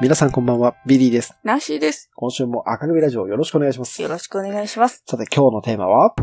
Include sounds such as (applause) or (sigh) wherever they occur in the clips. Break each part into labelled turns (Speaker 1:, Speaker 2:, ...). Speaker 1: 皆さんこんばんは、ビリーです。
Speaker 2: ナンシーです。
Speaker 1: 今週も赤組ラジオよろしくお願いします。
Speaker 2: よろしくお願いします。
Speaker 1: さて今日のテーマは、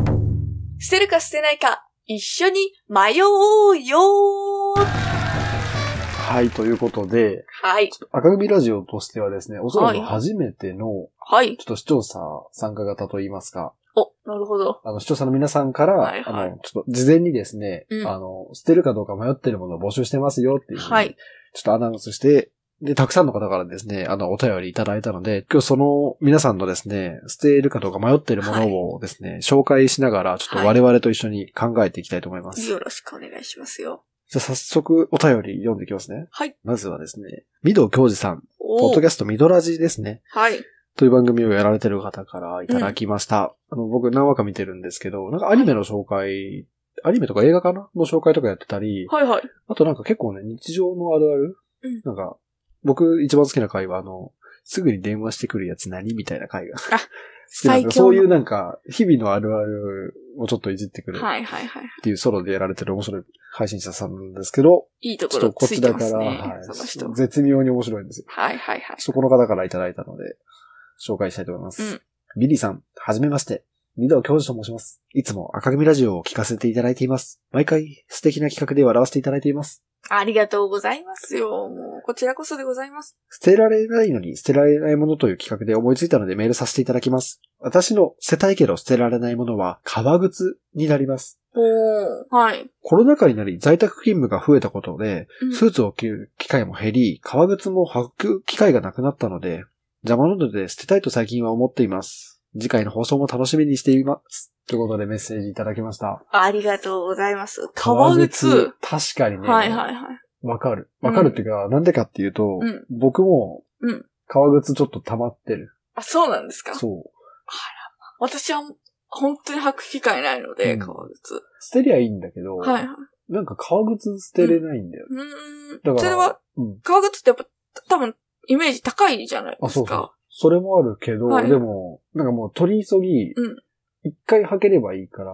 Speaker 2: 捨てるか捨てないか、一緒に迷おうよ
Speaker 1: はい、ということで、
Speaker 2: はい。
Speaker 1: 赤組ラジオとしてはですね、おそらく
Speaker 2: はい
Speaker 1: 初めての、
Speaker 2: はい
Speaker 1: ちょ。っと視聴者参加型といいますか、
Speaker 2: お、なるほど。
Speaker 1: あの、視聴者の皆さんから、
Speaker 2: はいはい
Speaker 1: あの、ちょっと事前にですね、
Speaker 2: うん
Speaker 1: あの、捨てるかどうか迷ってるものを募集してますよっていうふうに
Speaker 2: はい。
Speaker 1: ちょっとアナウンスして、で、たくさんの方からですね、あの、お便りいただいたので、今日その皆さんのですね、捨てるかどうか迷ってるものをですね、紹介しながら、ちょっと我々と一緒に考えていきたいと思います。
Speaker 2: よろしくお願いしますよ。
Speaker 1: じゃあ早速お便り読んでいきますね。
Speaker 2: はい。
Speaker 1: まずはですね、御堂教授さん、ポ
Speaker 2: お
Speaker 1: ッドキ
Speaker 2: ー
Speaker 1: ャストミドラジですね。
Speaker 2: はい。
Speaker 1: という番組をやられてる方からいただきました。あの、僕何話か見てるんですけど、なんかアニメの紹介、アニメとか映画かなの紹介とかやってたり、
Speaker 2: はいはい。
Speaker 1: あとなんか結構ね、日常のあるある、
Speaker 2: うん
Speaker 1: なんか、僕一番好きな回はあの、すぐに電話してくるやつ何みたいな回が。好きなんだけど
Speaker 2: 最強の
Speaker 1: そういうなんか、日々のあるあるをちょっといじってくるっ
Speaker 2: はいはいはい。
Speaker 1: ていうソロでやられてる面白い配信者さんなんですけど、
Speaker 2: いいと
Speaker 1: ちょ
Speaker 2: こ
Speaker 1: っと
Speaker 2: ろ
Speaker 1: こ
Speaker 2: つ
Speaker 1: ち
Speaker 2: いて
Speaker 1: ら
Speaker 2: ま
Speaker 1: から、
Speaker 2: すね。その人
Speaker 1: はい、。絶妙に面白いんですよ。
Speaker 2: はいはいはい。
Speaker 1: そこの方からいただいたので、紹介したいと思います。
Speaker 2: うん
Speaker 1: ビリーさん、はじめまして。ミド教授と申します。いつも赤組ラジオを聞かせていただいています。毎回素敵な企画で笑わせていただいています。
Speaker 2: ありがとうございますよ。もう、こちらこそでございます。
Speaker 1: 捨てられないのに捨てられないものという企画で思いついたのでメールさせていただきます。私の捨てたいけど捨てられないものは革靴になります。
Speaker 2: おー。はい。
Speaker 1: コロナ禍になり在宅勤務が増えたことで、
Speaker 2: うん
Speaker 1: スーツを着る機会も減り、革靴も履く機会がなくなったので、邪魔なので捨てたいと最近は思っています。次回の放送も楽しみにしています。ということでメッセージいただきました。
Speaker 2: ありがとうございます。革靴。
Speaker 1: 確かにね。
Speaker 2: はいはいはい。
Speaker 1: わかる。わかるっていうか、な、んでかっていうと、
Speaker 2: うん
Speaker 1: 僕も
Speaker 2: うん、
Speaker 1: 革靴ちょっと溜まってる。
Speaker 2: あ、そうなんですか
Speaker 1: そう。
Speaker 2: 私は、本当に履く機会ないの
Speaker 1: う
Speaker 2: で、
Speaker 1: ん
Speaker 2: 革靴。
Speaker 1: 捨てりゃいいんだけど、
Speaker 2: はいはい。
Speaker 1: なんか革靴捨てれないんだよ。
Speaker 2: う
Speaker 1: だか
Speaker 2: ーん。
Speaker 1: ら、
Speaker 2: それは、
Speaker 1: うん。
Speaker 2: 革靴ってやっぱ、多分、イメージ高いじゃない
Speaker 1: あ、
Speaker 2: で
Speaker 1: そうそ
Speaker 2: す
Speaker 1: う
Speaker 2: か。。
Speaker 1: それもあるけど、
Speaker 2: はい
Speaker 1: でも、なんかもう取り急ぎ
Speaker 2: うん、
Speaker 1: 一回履ければいいから、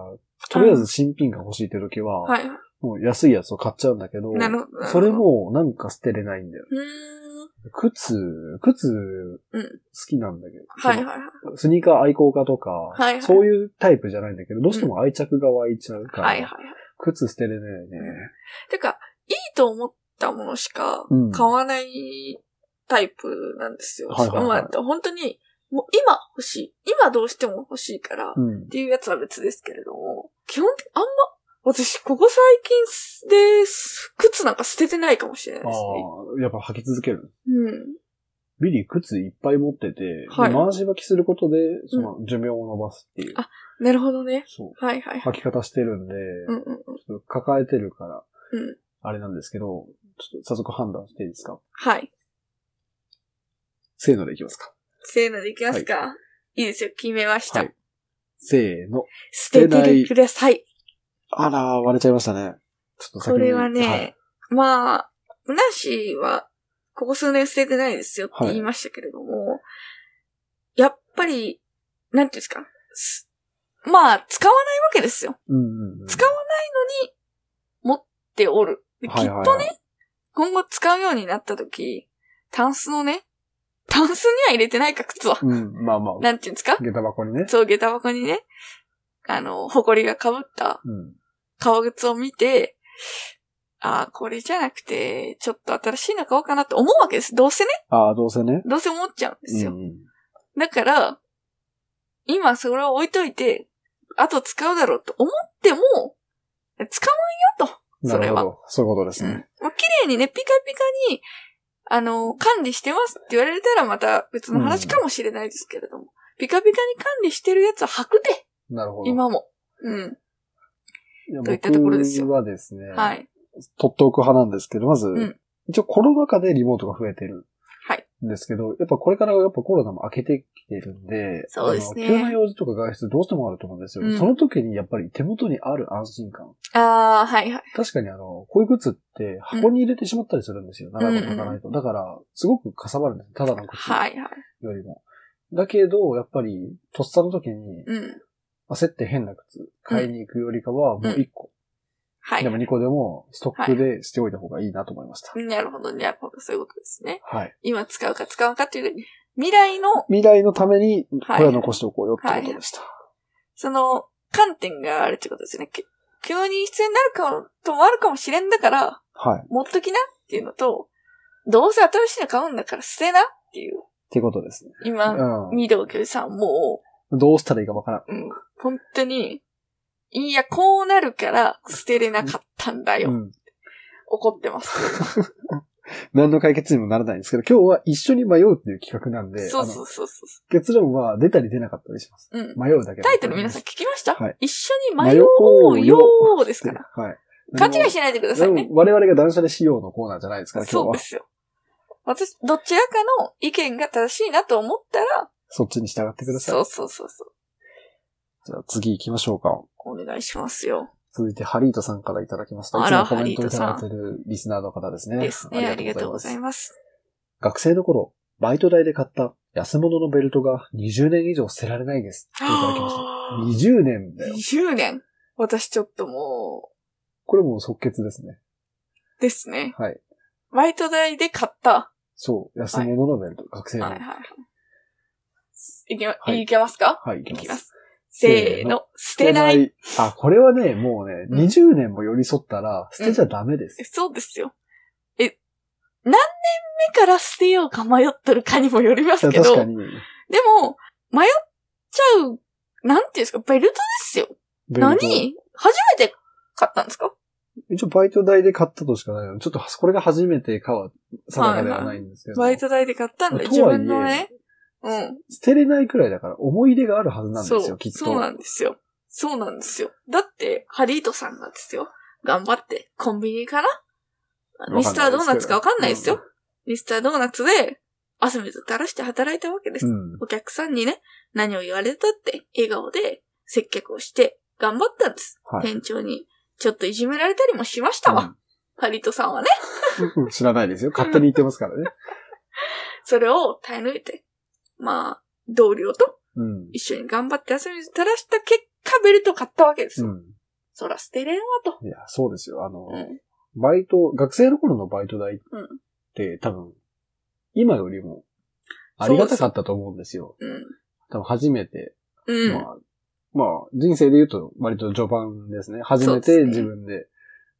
Speaker 1: とりあえず新品が欲しいって時は、
Speaker 2: はい。
Speaker 1: もう安いやつを買っちゃうんだけど、
Speaker 2: なるほど。なるほど
Speaker 1: それ。もなんか捨てれないんだよ。
Speaker 2: うーん。
Speaker 1: 靴、靴、
Speaker 2: うん
Speaker 1: 好きなんだけど、
Speaker 2: はいはい
Speaker 1: そ
Speaker 2: はい。
Speaker 1: のスニーカー愛好家とか、
Speaker 2: いはい
Speaker 1: そういうタイプじゃないんだけど、どうしても愛着が湧いちゃうから、
Speaker 2: はいはいは
Speaker 1: 靴捨てれないよね。
Speaker 2: い。てか、いいと思ったものしか
Speaker 1: うん
Speaker 2: 買わないタイプなんですよ。
Speaker 1: はいはいはい
Speaker 2: まあ、本当に、もう今欲しい。今どうしても欲しいから、
Speaker 1: う
Speaker 2: っ
Speaker 1: ん。
Speaker 2: ていうやつは別ですけれども、基本的、あんま、私、ここ最近です、靴なんか捨ててないかもしれない
Speaker 1: あ
Speaker 2: ですね。
Speaker 1: あ、やっぱ履き続ける。
Speaker 2: うん。
Speaker 1: ビリー靴いっぱい持ってて、
Speaker 2: はい
Speaker 1: 回し履きすることで、その寿命を伸ばすっていう。
Speaker 2: あなるほどね。
Speaker 1: そ。
Speaker 2: はいはいうはい。
Speaker 1: 履き方してるんで、
Speaker 2: うんうんうん。
Speaker 1: ちょっと抱えてるから、
Speaker 2: うん
Speaker 1: あれなんですけど、ちょっと早速判断していいですか
Speaker 2: はい。
Speaker 1: せーのでいきますか。
Speaker 2: せーのでいきますか。い、いですよ。決めました。
Speaker 1: はいせーの。
Speaker 2: 捨ててください。
Speaker 1: あら、割れちゃいましたね。ちょっと先
Speaker 2: こ
Speaker 1: に
Speaker 2: れはね、
Speaker 1: い
Speaker 2: まあ、ナシは、ここ数年捨ててないですよって言いましたけれども、やっぱり、なんていうんですか。すまあ、使わないわけですよ。
Speaker 1: うんうんうん、
Speaker 2: 使わっておる。できっ
Speaker 1: はい
Speaker 2: とね、
Speaker 1: はいはい
Speaker 2: 今後使うようになった時、タンスのね、タンスには入れてないか、靴は。
Speaker 1: うん、まあまあ、
Speaker 2: なんていうんですか
Speaker 1: 下駄箱にね。
Speaker 2: そう、下駄箱にね、あの、埃が被った
Speaker 1: うん。
Speaker 2: 革靴を見て、ああ、これじゃなくて、ちょっと新しいの買おうかなって思うわけです。どうせね、
Speaker 1: ああ、どうせね。
Speaker 2: どうせ思っちゃうんですよ。
Speaker 1: うんうん
Speaker 2: だから、今それを置いといて、あと使うだろうと思っても、使わないよと。
Speaker 1: な
Speaker 2: そ
Speaker 1: る
Speaker 2: れ
Speaker 1: ほ
Speaker 2: は。
Speaker 1: ど。そういうことです
Speaker 2: うん
Speaker 1: ね。
Speaker 2: まあ綺麗にね、ピカピカに、あの、管理してますって言われたらまた別の話かもしれないですけれども、ピカピカに管理してるやつは履くで、
Speaker 1: なるほど。
Speaker 2: 今も。うん。
Speaker 1: いや
Speaker 2: といったところですよ
Speaker 1: 僕はですね、
Speaker 2: はい。
Speaker 1: 取っておく派なんですけど、まず、
Speaker 2: ん
Speaker 1: 一応コロナ禍でリモートが増えてる。
Speaker 2: はい
Speaker 1: んですけど、やっぱこれからやっぱコロナも明けてきてるんで、
Speaker 2: そうですね
Speaker 1: あの急な用事とか外出どうしてもあると思うんですよ。
Speaker 2: うん
Speaker 1: その時にやっぱり手元にある安心感。
Speaker 2: ああ、はいはい。
Speaker 1: 確かにあの、こういう靴って箱に入れてしまったりするんですよ。長いこと履かないと。だから、すごくかさばるんです。ただの靴
Speaker 2: はいはい。
Speaker 1: よりも。だけど、やっぱり、とっさの時に
Speaker 2: うん。
Speaker 1: 焦って変な靴買いに行くよりかは、もう一個
Speaker 2: はい
Speaker 1: で。も2個でもストックでしておいた方がいいなと思いました。
Speaker 2: なるほどね。やっぱそういうことですね。
Speaker 1: はい。
Speaker 2: 今使うか使わんかっていうより未来の、
Speaker 1: 未来のために、こ
Speaker 2: はい
Speaker 1: れは残しておこうよってことでした。
Speaker 2: その、観点があるってことですね。き急に必要になるかも、ともあるかもしれんだから、
Speaker 1: はい。っ
Speaker 2: 持っときなっていうのと、どうせ新しいの買うんだから捨てなっていう。
Speaker 1: てことですね。
Speaker 2: 今、
Speaker 1: う
Speaker 2: 御堂教授さんも
Speaker 1: ん。どうしたらいいかわからん。
Speaker 2: う、うん、本当に、いや、こうなるから捨てれなかったんだよ。
Speaker 1: うん。
Speaker 2: 怒ってます。
Speaker 1: 何の解決にもならないんですけど、今日は一緒に迷うっていう企画なんで、
Speaker 2: そう
Speaker 1: あ
Speaker 2: そ
Speaker 1: の
Speaker 2: うそうそ
Speaker 1: 結論は出たり出なかったりします。
Speaker 2: う。うん。
Speaker 1: 迷うだけだと思います
Speaker 2: タイトル皆さん聞きました、
Speaker 1: はい
Speaker 2: 一緒に迷おうよーですから。
Speaker 1: はい。
Speaker 2: 勘違いしないでください
Speaker 1: で
Speaker 2: ね。
Speaker 1: も我々が断捨離しようのコーナーじゃないですから、今日
Speaker 2: そう
Speaker 1: は
Speaker 2: で。すよ。私、どちらかの意見が正しいなと思ったら、
Speaker 1: そっちに従ってくださ
Speaker 2: そ
Speaker 1: い。
Speaker 2: うそうそうそう。
Speaker 1: じゃあ次行きましょうか。
Speaker 2: お願いしますよ。
Speaker 1: 続いて、ハリートさんからいただきました。い
Speaker 2: あ
Speaker 1: つ
Speaker 2: ら
Speaker 1: もコメントいただいてるリスナーの方ですね。
Speaker 2: ですね。ありがとうござい
Speaker 1: す。
Speaker 2: ます。
Speaker 1: 学生の頃、バイト代で買った安物のベルトが20年以上捨てられないです。といただきました。20年だよ。
Speaker 2: 20年。私ちょっとも
Speaker 1: これもう即決ですね。
Speaker 2: う、ですね。
Speaker 1: はい。
Speaker 2: バイト代で買った。
Speaker 1: そう、安物のベルト、学生の。
Speaker 2: はい
Speaker 1: は
Speaker 2: は
Speaker 1: い、
Speaker 2: いはい。いけ,、
Speaker 1: はい
Speaker 2: い、けますか
Speaker 1: いき
Speaker 2: い
Speaker 1: ます。
Speaker 2: きます。せーの、捨てない。
Speaker 1: い。あ、これはね、もうね、
Speaker 2: うん
Speaker 1: 20年も寄り添ったら、捨てちゃダメです。
Speaker 2: そうですよ。え、何年目から捨てようか迷っとるかにもよりますけど。
Speaker 1: 確かに、
Speaker 2: でも、迷っちゃう、なんていうんですか、ベルトですよ。
Speaker 1: ベルト
Speaker 2: 何初めて買ったんですか
Speaker 1: 一応バイト代で買ったとしかないので、ちょっとこれが初めてかは定かではないんですけど、
Speaker 2: バイト代で買ったんだよ。
Speaker 1: とはい
Speaker 2: 自
Speaker 1: え
Speaker 2: 分のね。うん。
Speaker 1: 捨てれないくらいだから思い入れがあるはずなんです
Speaker 2: そ
Speaker 1: よ、
Speaker 2: う
Speaker 1: きっと。
Speaker 2: そうなんですよ。そうなんですよ。だって、ハリートさんがですよ。頑張って、コンビニかなミスタードーナツかわかんないですよ。。ミスタードーナツで、汗水垂らして働いたわけです
Speaker 1: う。ん。
Speaker 2: お客さんにね、何を言われたって、笑顔で接客をして、頑張ったんです。
Speaker 1: はい
Speaker 2: 店長に、ちょっといじめられたりもしましたわ。ハリトさんはね、
Speaker 1: うん知らないですよ。勝手に言ってます
Speaker 2: (laughs)
Speaker 1: からね。
Speaker 2: それを耐え抜いて、まあ、同僚と
Speaker 1: うん。
Speaker 2: 一緒に頑張って汗水垂らした結果、ベルト買ったわけですよ。
Speaker 1: うん。
Speaker 2: そら捨てれんわと。
Speaker 1: いや、そうですよ。あの、
Speaker 2: うん。
Speaker 1: バイト、学生の頃のバイト代っ
Speaker 2: うん
Speaker 1: て多分、今よりもありがたかったと思うんですよ。
Speaker 2: うん。
Speaker 1: 多分初めて、
Speaker 2: うん。
Speaker 1: まあ、まあ、人生で言うと割と序盤ですね。初め
Speaker 2: そう
Speaker 1: て
Speaker 2: ですね
Speaker 1: 自分で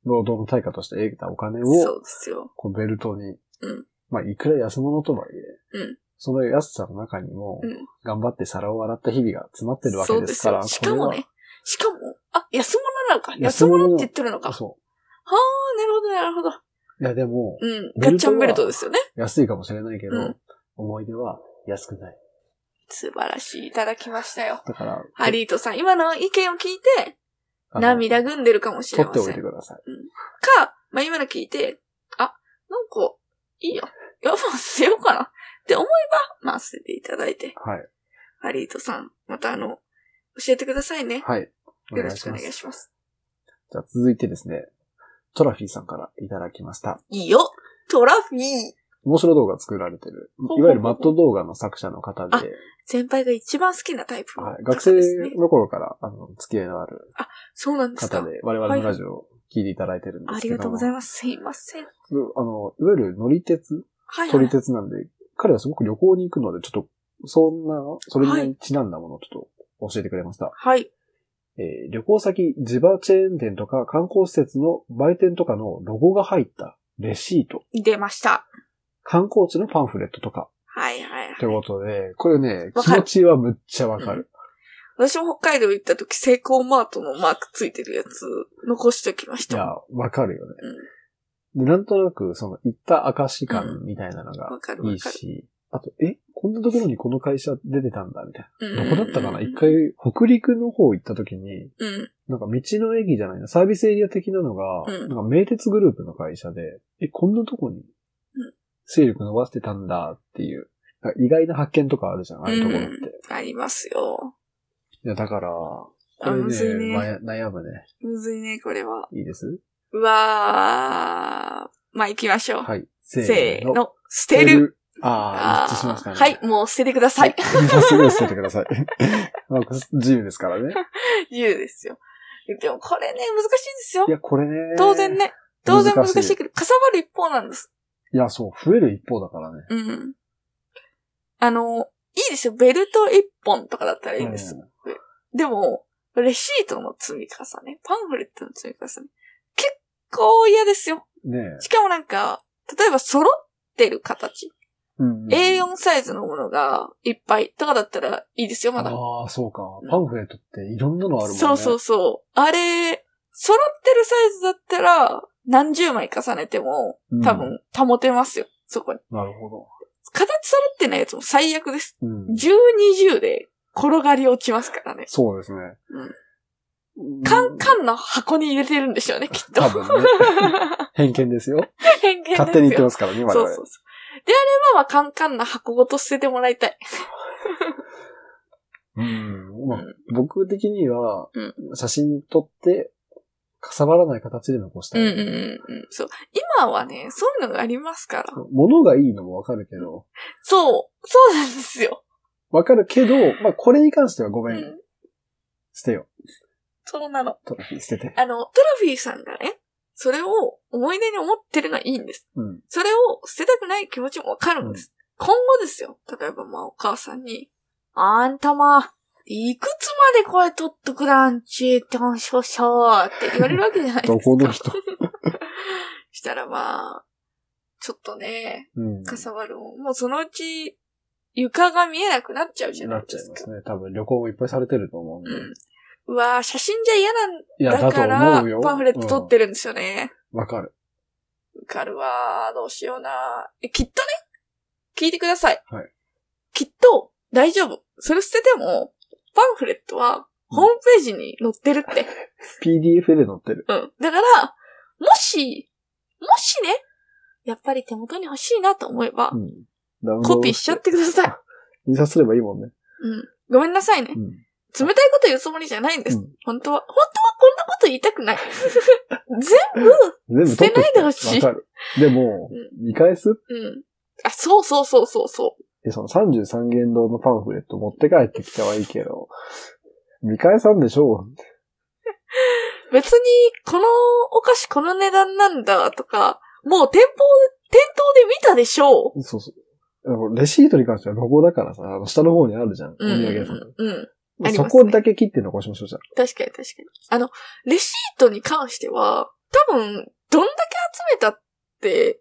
Speaker 1: 労働の対価として得たお金
Speaker 2: そ
Speaker 1: を、
Speaker 2: うですよ。
Speaker 1: こうベルトに、
Speaker 2: うん
Speaker 1: まあ、いくら安物とはいえ、
Speaker 2: うん
Speaker 1: その安さの中にも、
Speaker 2: うん
Speaker 1: 頑張って皿を洗った日々が詰まってるわけ
Speaker 2: そう
Speaker 1: で
Speaker 2: ですす
Speaker 1: か
Speaker 2: よ。
Speaker 1: ら、
Speaker 2: しかもね、しかも、あ、安物なのか。
Speaker 1: 安
Speaker 2: 安
Speaker 1: 物
Speaker 2: 物って言ってるの
Speaker 1: これ
Speaker 2: か。
Speaker 1: は、
Speaker 2: あ
Speaker 1: そ
Speaker 2: あ、なるほど、なるほど。
Speaker 1: う。いや、でも、
Speaker 2: うん。
Speaker 1: ベルトは
Speaker 2: ガッチャンベルトですよね。
Speaker 1: 安いかもしれないけど、
Speaker 2: うん
Speaker 1: 思い出は安くない。
Speaker 2: 素晴らしい。いただきましたよ。
Speaker 1: だから、
Speaker 2: ハリートさん、今の意見を聞いて、
Speaker 1: あの
Speaker 2: 涙ぐんでるかもしれ
Speaker 1: 取っ
Speaker 2: ま
Speaker 1: て
Speaker 2: せん。
Speaker 1: おいてください。
Speaker 2: か、まあ、今の聞いて、あ、なんか、いいよ。いや、まあ、捨てようかな。って思えば、まあ、捨てていただいて。
Speaker 1: はい。
Speaker 2: ハリートさん、またあの、教えてくださいね。
Speaker 1: はい。お
Speaker 2: よ
Speaker 1: 願
Speaker 2: ろ
Speaker 1: い
Speaker 2: し
Speaker 1: し
Speaker 2: くお
Speaker 1: ま
Speaker 2: 願い
Speaker 1: す。
Speaker 2: します。
Speaker 1: じゃあ続いてですね、トラフィーさんからいただきました。
Speaker 2: いいよトラフィー
Speaker 1: 面白動画作られてる
Speaker 2: ほうほうほ、う
Speaker 1: いわゆるマット動画の作者の方で、
Speaker 2: あ先輩が一番好きなタイプの
Speaker 1: はい、
Speaker 2: 方
Speaker 1: 学
Speaker 2: ですね、
Speaker 1: 生の頃からあの付き合いのある
Speaker 2: そうなんです
Speaker 1: 方
Speaker 2: か。
Speaker 1: で、我々のラジオを聞いていただいてるんで
Speaker 2: あ
Speaker 1: すけ
Speaker 2: り
Speaker 1: ど、
Speaker 2: がとうござい
Speaker 1: ま
Speaker 2: ます。すいません。はい、
Speaker 1: す。あの、いわゆる乗り鉄、
Speaker 2: はい。
Speaker 1: 撮り鉄なんで、彼はすごく旅行に行くので、ちょっと、そんな、それ
Speaker 2: は
Speaker 1: に
Speaker 2: い
Speaker 1: ちなんだものをちょっと教えてくれました。
Speaker 2: はい。
Speaker 1: えー旅行先、地場チェーン店とか観光施設の売店とかのロゴが入ったレシート、
Speaker 2: 出ました。
Speaker 1: 観光地のパンフレットとか、
Speaker 2: はいはいはい。
Speaker 1: ということで、これね、気
Speaker 2: わか
Speaker 1: 持
Speaker 2: る
Speaker 1: ちはむっちゃわかる。
Speaker 2: 私も北海道行った時、セイコーマートのマークついてるやつ、残しときまし
Speaker 1: いや
Speaker 2: た。、
Speaker 1: わかるよね。で、なんとなく、その、行った証感みたいなの
Speaker 2: わ
Speaker 1: が
Speaker 2: かる
Speaker 1: い
Speaker 2: わ
Speaker 1: い
Speaker 2: かる。
Speaker 1: し、あと、え、こんなところにこの会社出てたんだ、みたいな。
Speaker 2: ど
Speaker 1: どこだったかな一回、北陸の方行った時に、
Speaker 2: うん。
Speaker 1: なんか道の駅じゃないな、サービスエリア的なのが、
Speaker 2: うん
Speaker 1: なんか名鉄グループの会社で、え、こんなとこに
Speaker 2: うん
Speaker 1: 勢力伸ばしてたんだっていう、なんか意外な発見とかあるじゃん、ああいうところって。
Speaker 2: うん
Speaker 1: い
Speaker 2: ありますよ。
Speaker 1: や、だから、こ
Speaker 2: あ
Speaker 1: れね、
Speaker 2: むずい
Speaker 1: ま
Speaker 2: ね。
Speaker 1: 悩むね。
Speaker 2: むずいね、これは。
Speaker 1: いいです
Speaker 2: うわー。まあ、行きましょう。
Speaker 1: はい。
Speaker 2: せ
Speaker 1: せ
Speaker 2: ー
Speaker 1: ーの。
Speaker 2: の。捨てる。
Speaker 1: ああ、一致しました
Speaker 2: ー
Speaker 1: ね。
Speaker 2: はい、
Speaker 1: (laughs)
Speaker 2: もう捨ててください。 (laughs)
Speaker 1: はい。すぐ捨ててください。まあ自由ですからね。
Speaker 2: 自由ですよ。でもこれね、難しいんですよ
Speaker 1: い。や、これね。
Speaker 2: 当然。ね。当然難し
Speaker 1: 難しい
Speaker 2: いけど、かさばる一方なんです。
Speaker 1: いや、そう、増える一方だからね。
Speaker 2: うん。あの、いいですよ。ベルト一本とかだったらいいんです。
Speaker 1: う
Speaker 2: でも、レシートの積み重ね、パンフレットの積み重ね、結構嫌ですよ。
Speaker 1: んね
Speaker 2: しかもなんか、例えば揃ってる形。
Speaker 1: え。うんうん
Speaker 2: A4 サイズのものがいっぱいとかだったらいいですよ、まだ。
Speaker 1: ああ、そうか。パンフレットっていろんなのあるもんね。
Speaker 2: そうそうそう。あれ、揃ってるサイズだったら、何十枚重ねても、
Speaker 1: うん
Speaker 2: 多分、保てますよ、そこに。
Speaker 1: なるほ
Speaker 2: 形揃ってないやつも最悪です。
Speaker 1: ど。うん。
Speaker 2: 10、20で転がり落ちますからね。
Speaker 1: そうですね。うん
Speaker 2: カンカンの箱に入れてるんでしょう
Speaker 1: (laughs)
Speaker 2: ね、きっと
Speaker 1: 多。分ね。偏見ですよ。
Speaker 2: (laughs) 偏見ですよ。
Speaker 1: 勝手に言ってますからね、我
Speaker 2: そう
Speaker 1: 々。
Speaker 2: そうそう。であれば、まあ、カンカンの箱ごと捨ててもらいたい。
Speaker 1: うん。まあ、僕的には
Speaker 2: う、
Speaker 1: 写真撮って、かさばらない形で残した
Speaker 2: う
Speaker 1: い。
Speaker 2: んうんうんうん。そう。今はね、そういうのがありますから。
Speaker 1: 物がいいのもわかるけど、
Speaker 2: そう。そうなんですよ。
Speaker 1: わかるけど、まあ、これに関してはご
Speaker 2: う
Speaker 1: めん。
Speaker 2: ん。
Speaker 1: 捨てよ。
Speaker 2: そうなの。
Speaker 1: トロフィー捨てて。
Speaker 2: あの、トロフィーさんがね、それを思い出に思ってるのはいいんです。
Speaker 1: うん。
Speaker 2: それを捨てたくない気持ちもわかるんです。今後ですよ。例えばまあお母さんに、あんたま、いくつまでこれ取っとくらんち、とんしょしょって言われるわけじゃないです
Speaker 1: ど
Speaker 2: か。
Speaker 1: この人。
Speaker 2: したらまあ、ちょっとね、
Speaker 1: うん。
Speaker 2: かさばるもん。もうそのうち、床が見えなくなっちゃうじゃ
Speaker 1: な
Speaker 2: ない
Speaker 1: っち
Speaker 2: で
Speaker 1: ゃい
Speaker 2: す
Speaker 1: ま
Speaker 2: か。
Speaker 1: すね。多分旅行もいっぱいされてると思うんで。
Speaker 2: うん。うわぁ、写真じゃ嫌なん
Speaker 1: いや、
Speaker 2: だ
Speaker 1: だと
Speaker 2: から
Speaker 1: 思うよ。、
Speaker 2: パンフレット取ってるんですよね。
Speaker 1: うん。わかる。
Speaker 2: わかるわ。どうしような。え、きっとね、聞いてください。
Speaker 1: はい
Speaker 2: きっと、大丈夫。それ捨てても、パンフレットは、
Speaker 1: うん
Speaker 2: ホームページに載ってるって。
Speaker 1: PDF で載ってる。
Speaker 2: うん。だから、もし、もしね、やっぱり手元に欲しいなと思えば
Speaker 1: う、ん。ダウンロード
Speaker 2: コピーしちゃってください。
Speaker 1: 印刷すればいいもんね。
Speaker 2: うん。ごめんなさいね
Speaker 1: う。ん。
Speaker 2: 冷たいこと言うつもりじゃないんです。
Speaker 1: うん
Speaker 2: 本当は、本当はこんなこと言いたくない。 (laughs) 全
Speaker 1: 全
Speaker 2: 部、
Speaker 1: 部取ってき
Speaker 2: 捨てないでほし
Speaker 1: わ
Speaker 2: い
Speaker 1: かる。でも、見返す
Speaker 2: うん。あ、そうそうそうそうそ
Speaker 1: え、その33元堂のパンフレット持って帰ってきたはいいけど、見返さんでしょう
Speaker 2: う。別に、このお菓子この値段なんだとか、もう店舗、店頭で見たでしょう。
Speaker 1: そうそう。あのレシートに関してはロゴだからさ、あの下の方にあるじゃん。お土
Speaker 2: うん。
Speaker 1: 産屋さんの。
Speaker 2: うん。
Speaker 1: まあ
Speaker 2: あります
Speaker 1: そ
Speaker 2: ね
Speaker 1: こだけ切って残しましょう、じゃあ
Speaker 2: 確かに確かに。あの、レシートに関しては、多分、どんだけ集めたって、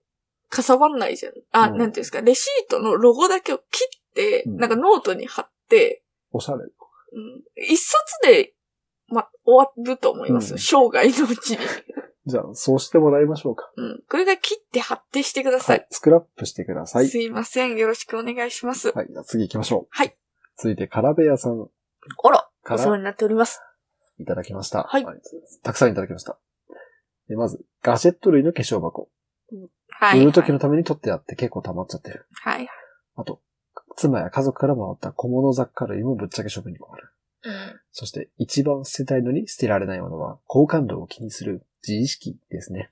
Speaker 2: かさばんないじゃん。あ、
Speaker 1: うん
Speaker 2: なんていうんですか、レシートのロゴだけを切って、
Speaker 1: うん
Speaker 2: なんかノートに貼って、
Speaker 1: おしゃれ。
Speaker 2: うん一冊で、ま、終わると思います
Speaker 1: う
Speaker 2: よ。
Speaker 1: ん
Speaker 2: 生涯のうちに。
Speaker 1: じゃあ、そうしてもらいましょうか。
Speaker 2: うん。これが切って貼ってしてくださ。
Speaker 1: はいい。スクラップしてください。
Speaker 2: すいません。よろしくお願いします。
Speaker 1: はい。じゃあ次行きましょう。
Speaker 2: はい。
Speaker 1: 続いて、カラベ屋さん
Speaker 2: あら、
Speaker 1: か
Speaker 2: お世話
Speaker 1: ら
Speaker 2: になっております。
Speaker 1: いただきました。
Speaker 2: はい
Speaker 1: たくさんいただきました。えまず、ガジェット類の化粧箱。
Speaker 2: はい。
Speaker 1: 売る時のために取ってあって結構溜まっちゃってる。
Speaker 2: はい。
Speaker 1: あと、妻や家族からもらった小物雑貨類もぶっちゃけ処分に困る。
Speaker 2: うん。
Speaker 1: そして、一番捨てたいのに捨てられないものは、好感度を気にする自意識ですね。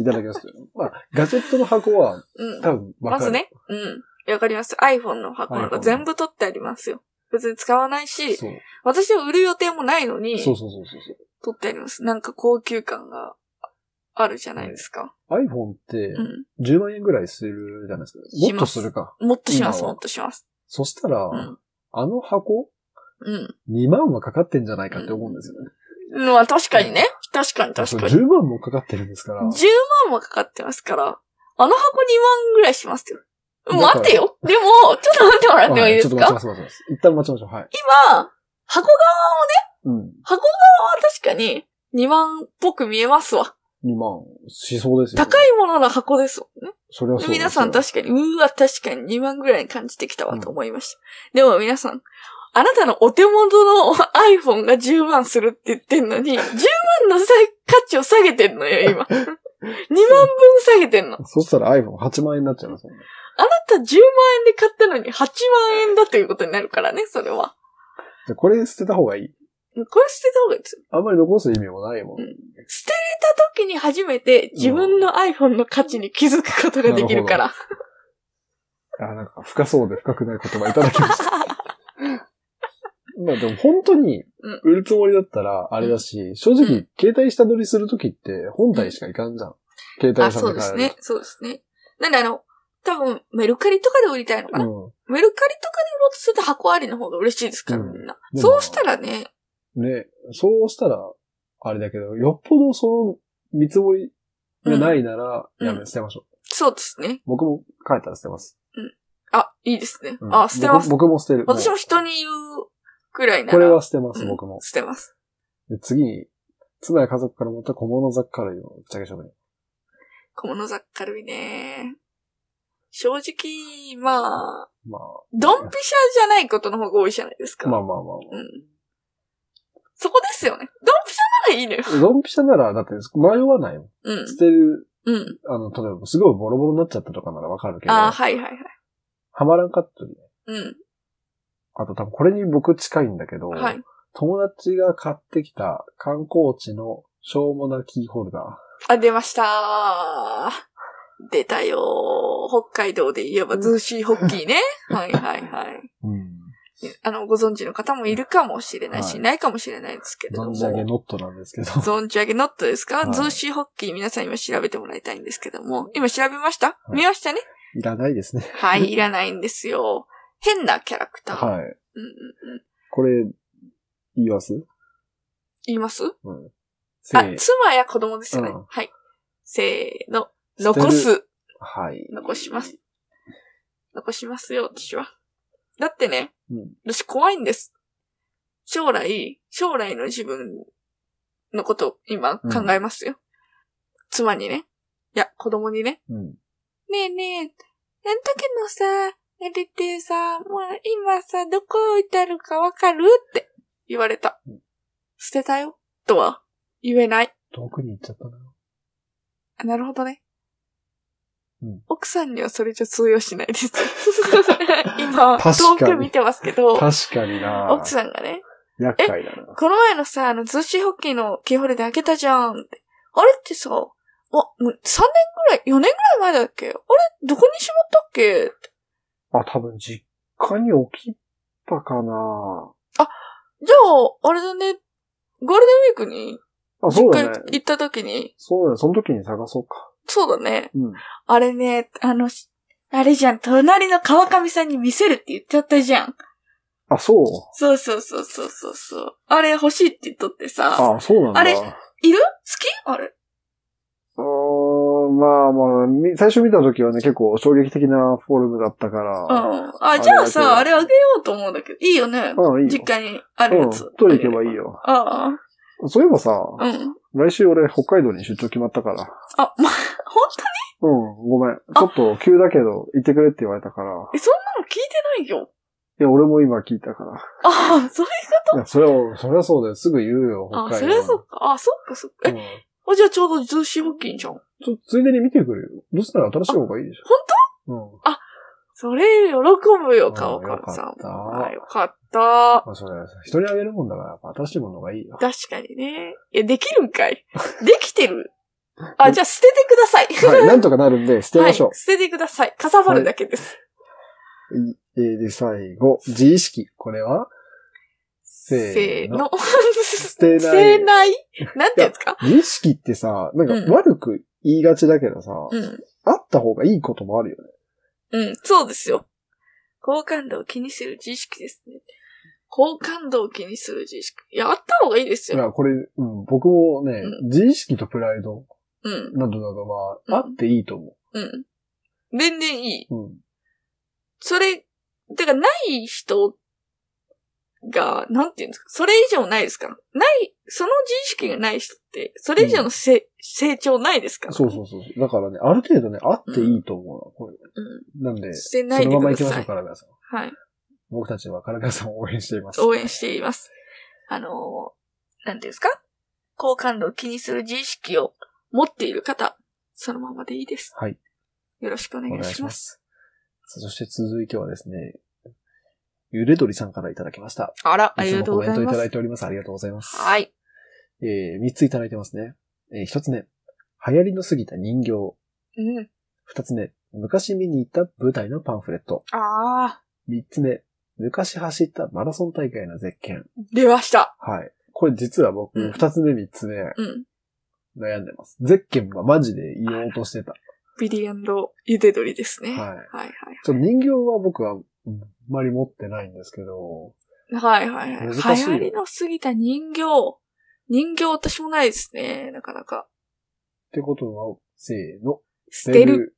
Speaker 1: いただきました。まあ、ガジェットの箱は
Speaker 2: うん。
Speaker 1: 多分わかる。
Speaker 2: まずね。うん。わかります。iPhone の箱なんか
Speaker 1: iPhone
Speaker 2: 全部取ってありますよ。別に使わないし、
Speaker 1: そう。
Speaker 2: 私は売る予定もないのに、
Speaker 1: そう
Speaker 2: 取
Speaker 1: そうそうそうそう。
Speaker 2: ってあります。なんか高級感があるじゃないですか。
Speaker 1: iPhone って
Speaker 2: うん。
Speaker 1: 10万円ぐらいするじゃないですか。も
Speaker 2: し
Speaker 1: っと
Speaker 2: ます
Speaker 1: するか。
Speaker 2: もっとします、
Speaker 1: 今は
Speaker 2: もっとします。
Speaker 1: そしたら、
Speaker 2: うん
Speaker 1: あの箱、
Speaker 2: うん。
Speaker 1: 2万はかかってんじゃないかって思うんですよね。
Speaker 2: うんまあ確かにね。確かに確
Speaker 1: そう
Speaker 2: かに。
Speaker 1: 10万もかかってるんですから。
Speaker 2: 10万もかかってますから、あの箱2万ぐらいしますよ。
Speaker 1: だから
Speaker 2: 待ってよ。でも、ちょっと待ってもらってもいいです
Speaker 1: はちょ
Speaker 2: か
Speaker 1: っと待ちます、待ちます。一旦待ちましょう。はい。
Speaker 2: 今、箱
Speaker 1: うん。
Speaker 2: 側は確かに2万っぽく見えますわ。
Speaker 1: 2万しそうですよ。
Speaker 2: 高
Speaker 1: い。
Speaker 2: いものの箱ですもんね。
Speaker 1: それはそうですよ
Speaker 2: 皆さん確かに、うわ、確かに2万ぐらいに感じてきたわと思いました。でも皆さん、あなたのお手元の iPhone が10万するって言ってんのに、10万のさ価値を下げてんのよ、今。2万
Speaker 1: (laughs)
Speaker 2: 分下げてんの。
Speaker 1: そしたら iPhone8 万円になっちゃいますもんね。
Speaker 2: あなた10万円で買ったのに8万円だということになるからね、それは。
Speaker 1: じゃあこれ捨てた方がいい。
Speaker 2: これ捨てた方がいいですよ。
Speaker 1: あんまり残す意味もないもん。
Speaker 2: うん捨てた時に初めて自分の iPhone の価値に気づくことができるから。 (laughs)
Speaker 1: あ、なんか深そうで深くない言葉いただきました。まあでも本当に
Speaker 2: うん
Speaker 1: 売るつもりだったらあれだし、正直携帯下取りするときって本体しかいかんじゃん。携帯
Speaker 2: あ、
Speaker 1: 屋さ
Speaker 2: そ
Speaker 1: ん
Speaker 2: う
Speaker 1: で
Speaker 2: で
Speaker 1: 買え
Speaker 2: す
Speaker 1: る。
Speaker 2: ね。そうですね。なんであの、多分、メルカリとかで売りたいのかな、メルカリとかで売ろうとすると箱ありの方が嬉しいですから、
Speaker 1: うん
Speaker 2: みんな。
Speaker 1: も
Speaker 2: そうしたらね、
Speaker 1: うん。ね、そうしたらあれだけど、よっぽどその見積もりがないなら、
Speaker 2: うん
Speaker 1: やめ、捨てましょう。
Speaker 2: そうですね。
Speaker 1: 僕も帰ったら捨てます。
Speaker 2: あ、いいですね。
Speaker 1: うん
Speaker 2: あ、捨てます。
Speaker 1: 僕僕も捨てる。
Speaker 2: 私も
Speaker 1: う
Speaker 2: 人に言うくらいなら。
Speaker 1: これは捨てます、
Speaker 2: うん
Speaker 1: 僕も。
Speaker 2: 捨てます。
Speaker 1: で、次に、妻や家族からもらった小物雑貨類をぶっちゃけしゃべる。
Speaker 2: 小物雑貨類ね。正直、まあ、
Speaker 1: ま
Speaker 2: ドンピシャじゃないことの方が多いじゃないです
Speaker 1: あ、
Speaker 2: か。
Speaker 1: まあまあまあ、ま
Speaker 2: うん。そこですよね。ドンピシャならいいのよ。
Speaker 1: あ。ドンピシャなら、だって迷わないもん。
Speaker 2: うん。
Speaker 1: 捨てる、
Speaker 2: うん。
Speaker 1: あの、例えばすごいボロボロになっちゃったとかならわかるけど、
Speaker 2: ああ、
Speaker 1: は
Speaker 2: はいはいはい。
Speaker 1: まらんかったりね。
Speaker 2: うん。
Speaker 1: あと多分これに僕近いんだけど、
Speaker 2: はい。
Speaker 1: 友達が買ってきた観光地のしょうもなキーホルダ
Speaker 2: あ、出ましたー。出たよー。北海道で言えばズーシーホッキ
Speaker 1: (laughs)
Speaker 2: ーね。はいはいはい。
Speaker 1: ー。うん。
Speaker 2: あの、ご存知の方もいるかもしれないし、
Speaker 1: はい
Speaker 2: い、ないかもしれないですけれども。
Speaker 1: 存じ上げノットなんですけど。
Speaker 2: 存じ上げノットですか、
Speaker 1: はい
Speaker 2: ズーシーホッキー皆さん今調べてもらいたいんですけども。今調べました、
Speaker 1: い
Speaker 2: 見ましたね
Speaker 1: (laughs) いらないですね。
Speaker 2: はい、いらないんですよ。変なキャラクター。
Speaker 1: はい。
Speaker 2: うんうんうん、
Speaker 1: これ、言います
Speaker 2: 言います
Speaker 1: うん。せ
Speaker 2: あ
Speaker 1: ー、
Speaker 2: 妻や子供ですよね。
Speaker 1: うん
Speaker 2: はい。せーの。
Speaker 1: 捨てる
Speaker 2: 残す。
Speaker 1: はい。
Speaker 2: 残します。残しますよ、私は。だってね、
Speaker 1: うん
Speaker 2: 私怖いんです。将来、将来の自分のことを今考えますよ。妻にね、いや、子供にね、
Speaker 1: うん。
Speaker 2: ねえねえ、なんだけのさ、寝ててさ、もう今さ、どこ置いてあるかわかるって言われた
Speaker 1: うん。
Speaker 2: 捨てたよ、とは言えない。
Speaker 1: 遠くに行っちゃったな。
Speaker 2: あなるほどね。
Speaker 1: うん
Speaker 2: 奥さんにはそれじゃ通用しない
Speaker 1: (laughs)
Speaker 2: です。今、
Speaker 1: 確
Speaker 2: 遠
Speaker 1: かに
Speaker 2: く見てますけど、
Speaker 1: 確かにな
Speaker 2: 奥さんがね、
Speaker 1: 厄介だな。
Speaker 2: この前のさ、あの、通信ホッキーのキーホルダー開けたじゃんって。あれってさ、あ、もう3年ぐらい、4年ぐらい前だっけあれどこにしまったっけ
Speaker 1: あ、多分実家に置きっぱかな
Speaker 2: じゃあ、あれだね、ゴールデンウィークに、
Speaker 1: あ、そう
Speaker 2: 実
Speaker 1: だ
Speaker 2: 家
Speaker 1: ね。
Speaker 2: 行った時に、
Speaker 1: そうだね。その時に探そうか。
Speaker 2: そうだね、
Speaker 1: うん。
Speaker 2: あれね、あの、しあれじゃん、隣の川上さんに見せるって言っちゃったじゃん。
Speaker 1: あ、そう。
Speaker 2: そうそうそうそうそうそう。あれ欲しいって言っとってさ、
Speaker 1: あ、そうなんだ。
Speaker 2: あれ
Speaker 1: う
Speaker 2: いる好きあれ。
Speaker 1: ーん、まあまあ、み最初見た時はね、結構衝撃的なフォルムだったから。
Speaker 2: うん。
Speaker 1: あ
Speaker 2: あ、
Speaker 1: れ
Speaker 2: じゃあ
Speaker 1: だけど
Speaker 2: さ、あれあげようと思うんだけど。いいよね。
Speaker 1: うん、いいよ。
Speaker 2: 実家にあるやつ。
Speaker 1: うん、取りに行けばいいよ。
Speaker 2: あ
Speaker 1: そういえばさ、
Speaker 2: あ。うん。
Speaker 1: 来週俺北海道に出張決まったから。
Speaker 2: あ、ま、本当に
Speaker 1: うん、ごめん。ちょっと急だけど、行ってくれって言われたから。
Speaker 2: え、そんなの聞いてないよ。
Speaker 1: いや、俺も今聞いたから。
Speaker 2: ああ、そういう
Speaker 1: いや、それは、それはそうだよ。すぐ言うよ、
Speaker 2: あ、
Speaker 1: 北
Speaker 2: そ
Speaker 1: 海道。
Speaker 2: れはそっか。あ、そっかそっか。え、
Speaker 1: うん
Speaker 2: あじゃあちょうどズーシーホッキンじゃん。
Speaker 1: ちょ、ついでに見てくれよ。どうしたら新しい方がいいでしょ。本
Speaker 2: それ、喜ぶ
Speaker 1: 当う
Speaker 2: よ、
Speaker 1: ん。
Speaker 2: 川上さん
Speaker 1: よかっ。た。
Speaker 2: あよかった。
Speaker 1: まあ、それ、人にあげるもんだから、やっぱ新しいものがいい
Speaker 2: (laughs)
Speaker 1: よ。
Speaker 2: 確かにね。いや、できるんかい。できてる。あ、じゃあ捨ててください。
Speaker 1: はい、なんとかなるんで、捨てましょ
Speaker 2: はい、捨ててください。かさばるだけです。
Speaker 1: う。いえーで、最後、自意識。これはせ
Speaker 2: せ
Speaker 1: ー
Speaker 2: ー
Speaker 1: の
Speaker 2: の。
Speaker 1: 捨てな
Speaker 2: (laughs)
Speaker 1: い
Speaker 2: 捨
Speaker 1: (laughs)
Speaker 2: てない。なんていうんですか
Speaker 1: 自意識ってさ、なん
Speaker 2: うん
Speaker 1: か悪く言いがちだけどさ、
Speaker 2: うん。
Speaker 1: あった方がいいこともあるよね。
Speaker 2: うん、そうですよ。好感度を気にする自意識ですね。好感度を気にする自意識。いや、あった方がいいです
Speaker 1: い
Speaker 2: よ。
Speaker 1: や、これ、うん、僕もね、
Speaker 2: う
Speaker 1: 自意識とプライド
Speaker 2: うん、
Speaker 1: などなどは、
Speaker 2: うん
Speaker 1: あっていいと思
Speaker 2: うん。全然いい。
Speaker 1: う。うん。
Speaker 2: それ、てか、ない人が、なんていうんですかそれ以上ないですから。ない、その自意識がない人って、それ以上のせ、成長ないですから、
Speaker 1: そうそうそうそう。だからね、ある程度ね、あっていいと思うな、これ。
Speaker 2: う。
Speaker 1: なんで、
Speaker 2: ん。
Speaker 1: そ
Speaker 2: 捨てないで
Speaker 1: のまま行
Speaker 2: く
Speaker 1: き
Speaker 2: だ
Speaker 1: まし
Speaker 2: さ
Speaker 1: ょう、
Speaker 2: い。
Speaker 1: カラベアさん。
Speaker 2: はい。
Speaker 1: 僕たちはカラベアさんを応援しています。
Speaker 2: 応援しています。あのー、なんていうんですか好感度を気にする自意識を持っている方、そのままでいいです。
Speaker 1: はい。
Speaker 2: よろしくお願
Speaker 1: お願
Speaker 2: い
Speaker 1: い
Speaker 2: し
Speaker 1: し
Speaker 2: ま。
Speaker 1: ますす。さあそして続いてはですね、ゆでどりさんからいただきました。
Speaker 2: あら、あ
Speaker 1: いつ
Speaker 2: りが
Speaker 1: も
Speaker 2: とう
Speaker 1: コ
Speaker 2: ご
Speaker 1: メント
Speaker 2: ざい
Speaker 1: い
Speaker 2: ま
Speaker 1: ただい
Speaker 2: す。
Speaker 1: ております。ありがとうございます。
Speaker 2: はい。
Speaker 1: えー、3ついただいてますね。えー、1つ目、流行りの過ぎた人形。
Speaker 2: うん。
Speaker 1: 2つ目、昔見に行った舞台のパンフレット。
Speaker 2: ああ。
Speaker 1: 3つ目、昔走ったマラソン大会の絶景。
Speaker 2: 出ました。
Speaker 1: はい。これ実は僕、
Speaker 2: うん
Speaker 1: 二つ目三つ目
Speaker 2: うん。
Speaker 1: 悩んでます。ゼッケンはマジで言おうとしてた。
Speaker 2: ビリヤンドゆで鶏ですね。
Speaker 1: はい
Speaker 2: はい
Speaker 1: ちょっと人形は僕は、あんまり持ってないんですけど、
Speaker 2: はい。はいはいはい。流
Speaker 1: 難しいよ
Speaker 2: 行りの過ぎた人形。人形私もないですね。なかなか。
Speaker 1: ってことは、せーの。
Speaker 2: 捨てる。。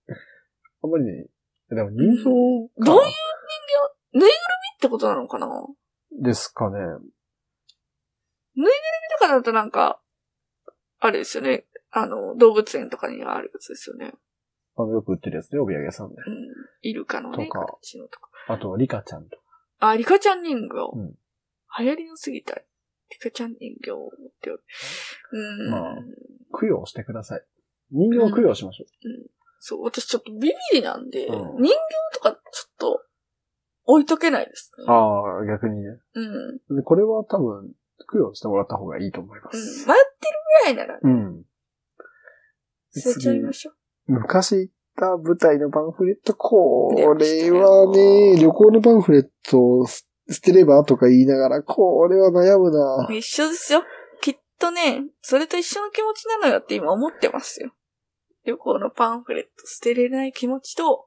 Speaker 1: あんまりね、でも人形
Speaker 2: どういう人
Speaker 1: か
Speaker 2: 形ぬいぐるみってことなのかなだ
Speaker 1: ですかね。
Speaker 2: からだとなんか、あれですよね。あの、動物園とかにあるやつですよね。
Speaker 1: あの、よく売ってるやつね、お土産屋さんで。
Speaker 2: うん。イルカのね、
Speaker 1: とか
Speaker 2: 形のとか。
Speaker 1: あとはリカちゃんとか。
Speaker 2: あ、リカちゃん人形。
Speaker 1: うん
Speaker 2: 流行りの過ぎた。リカちゃん人形を持っておる。うん。
Speaker 1: まあ供養してください。人形を供養しましょ
Speaker 2: そう、私ちょっとビビリなんで、
Speaker 1: うん
Speaker 2: 人形とかちょっと置いとけないです
Speaker 1: う。
Speaker 2: ね。
Speaker 1: ああ、逆にね。
Speaker 2: うん。うん。
Speaker 1: で、これは多分、供養してもらった方がいいと思いま
Speaker 2: 迷
Speaker 1: す。
Speaker 2: ってるぐらいなら、
Speaker 1: うん。
Speaker 2: 捨てちゃいましょう。
Speaker 1: 昔行った舞台のパンフレット、これ
Speaker 2: 出
Speaker 1: は
Speaker 2: ましたよ
Speaker 1: ね、旅行のパンフレットを捨捨てればとか言いながら、これは悩むな。
Speaker 2: 一緒ですよ。きっとね、それと一緒の気持ちなのよって今思ってますよ。旅行のパンフレット捨てれない気持ちと、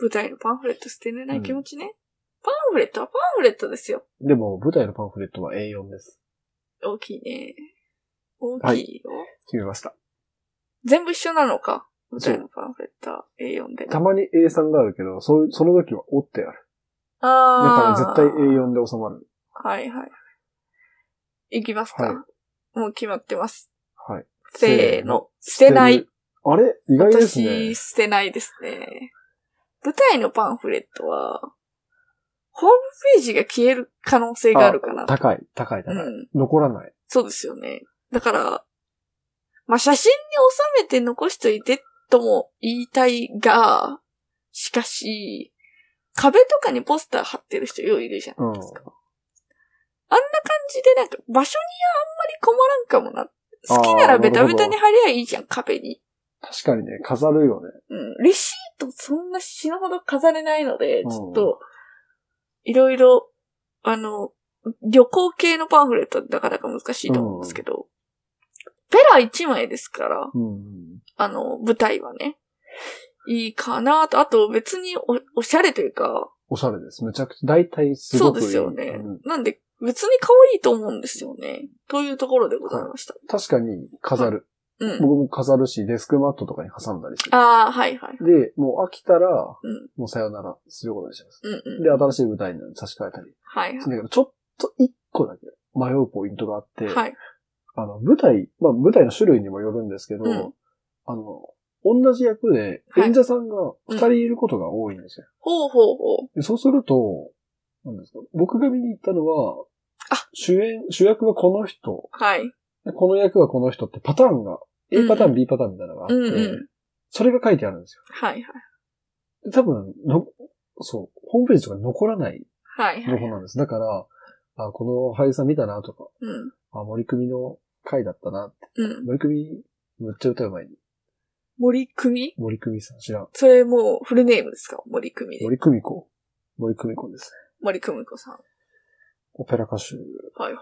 Speaker 2: 舞台のパンフレット捨てれない気持ちね。パンフレットはパンフレットですよ。
Speaker 1: でも、舞台のパンフレットは A4 です。
Speaker 2: 大きいね。大
Speaker 1: はい
Speaker 2: きいよ。
Speaker 1: 決めました。
Speaker 2: 全部一緒なのか。舞
Speaker 1: そう
Speaker 2: 台のパンフレットは A4 でね。
Speaker 1: たまに A3 があるけど、そうその時は折ってある。だ
Speaker 2: あ
Speaker 1: か
Speaker 2: あ。
Speaker 1: ら絶対 A4 で収まる。
Speaker 2: はいはい。いきますか。
Speaker 1: はい
Speaker 2: もう決まってます。
Speaker 1: はい。
Speaker 2: せ
Speaker 1: せ
Speaker 2: ー
Speaker 1: ー
Speaker 2: の
Speaker 1: の。
Speaker 2: 捨てない。
Speaker 1: あれ意外ですね
Speaker 2: 私、。捨てないですね。舞台のパンフレットは、ホームページが消える可能性があるかな。
Speaker 1: 高い、高い、
Speaker 2: う
Speaker 1: 高い。
Speaker 2: ん。
Speaker 1: 残らない。
Speaker 2: そうですよね。だから、まあ、写真に収めて残しといてとも言いたいが、しかし、壁とかにポスター貼ってる人よういるじゃないですか。あんな感じでなんか場所にはあんまり困らんかもな。好きな
Speaker 1: あ
Speaker 2: ら
Speaker 1: ー
Speaker 2: ベタベタ
Speaker 1: な
Speaker 2: に
Speaker 1: る
Speaker 2: 貼りゃいいじゃん、壁に。
Speaker 1: 確かにね、飾るよね。
Speaker 2: うんレシートそんな死ぬほど飾れないので、
Speaker 1: うん
Speaker 2: ちょっと、いろいろ、あの、旅行系のパンフレットなかなか難しいと思うんですけど、ペラ1枚ですから、
Speaker 1: うん。
Speaker 2: あの、舞台はね、いいかなと、あと別におおしゃれというか、
Speaker 1: おしゃれです。めちゃくちゃ、大体す
Speaker 2: そ
Speaker 1: ご
Speaker 2: う
Speaker 1: く
Speaker 2: で
Speaker 1: いい
Speaker 2: すよね
Speaker 1: うん。
Speaker 2: なんで、別に可愛いと思うんですよね。というところでございました。
Speaker 1: 確かに飾る。
Speaker 2: うん。
Speaker 1: 僕も飾るし、デスクマットとかに挟んだりして。
Speaker 2: ああ、はいはい。
Speaker 1: で、もう飽きたら、
Speaker 2: うん
Speaker 1: もうさよならすることにします。
Speaker 2: うんうん。
Speaker 1: で、新しい舞台に差し替えたり
Speaker 2: はい
Speaker 1: す
Speaker 2: は
Speaker 1: るんだけど、ちょっと一個だけ迷うポイントがあって、
Speaker 2: い。はい。
Speaker 1: あの、舞台、まあ舞台の種類にもよるんですけど、
Speaker 2: うん
Speaker 1: あの、同じ役で
Speaker 2: はい
Speaker 1: 演者さんが二人いることが多いんですよ。
Speaker 2: ほうほうほう。
Speaker 1: でそうすると、なんですか、僕が見に行ったのは
Speaker 2: あ、
Speaker 1: 主演、主役はこの人、
Speaker 2: はい。
Speaker 1: でこの役はこの人ってパターンが、
Speaker 2: うん
Speaker 1: A パターン、B パターンみたいなのがあって、
Speaker 2: うんうん。
Speaker 1: それが書いてあるんですよ。
Speaker 2: はいはい。
Speaker 1: で多分の、そう、ホームページとかに残らない
Speaker 2: はいは
Speaker 1: 情
Speaker 2: い。
Speaker 1: 報なんです。だから、あ、この俳優さん見たなとか、
Speaker 2: うん。
Speaker 1: あ、森組の回だったなって。
Speaker 2: うん。
Speaker 1: 森組、むっちゃ歌う前に。
Speaker 2: 森組
Speaker 1: 森組さん知らん。
Speaker 2: それもうフルネームですか森組で。
Speaker 1: 森組子。森組子ですね。
Speaker 2: 森組子さん。
Speaker 1: オペラ歌手
Speaker 2: はいはい。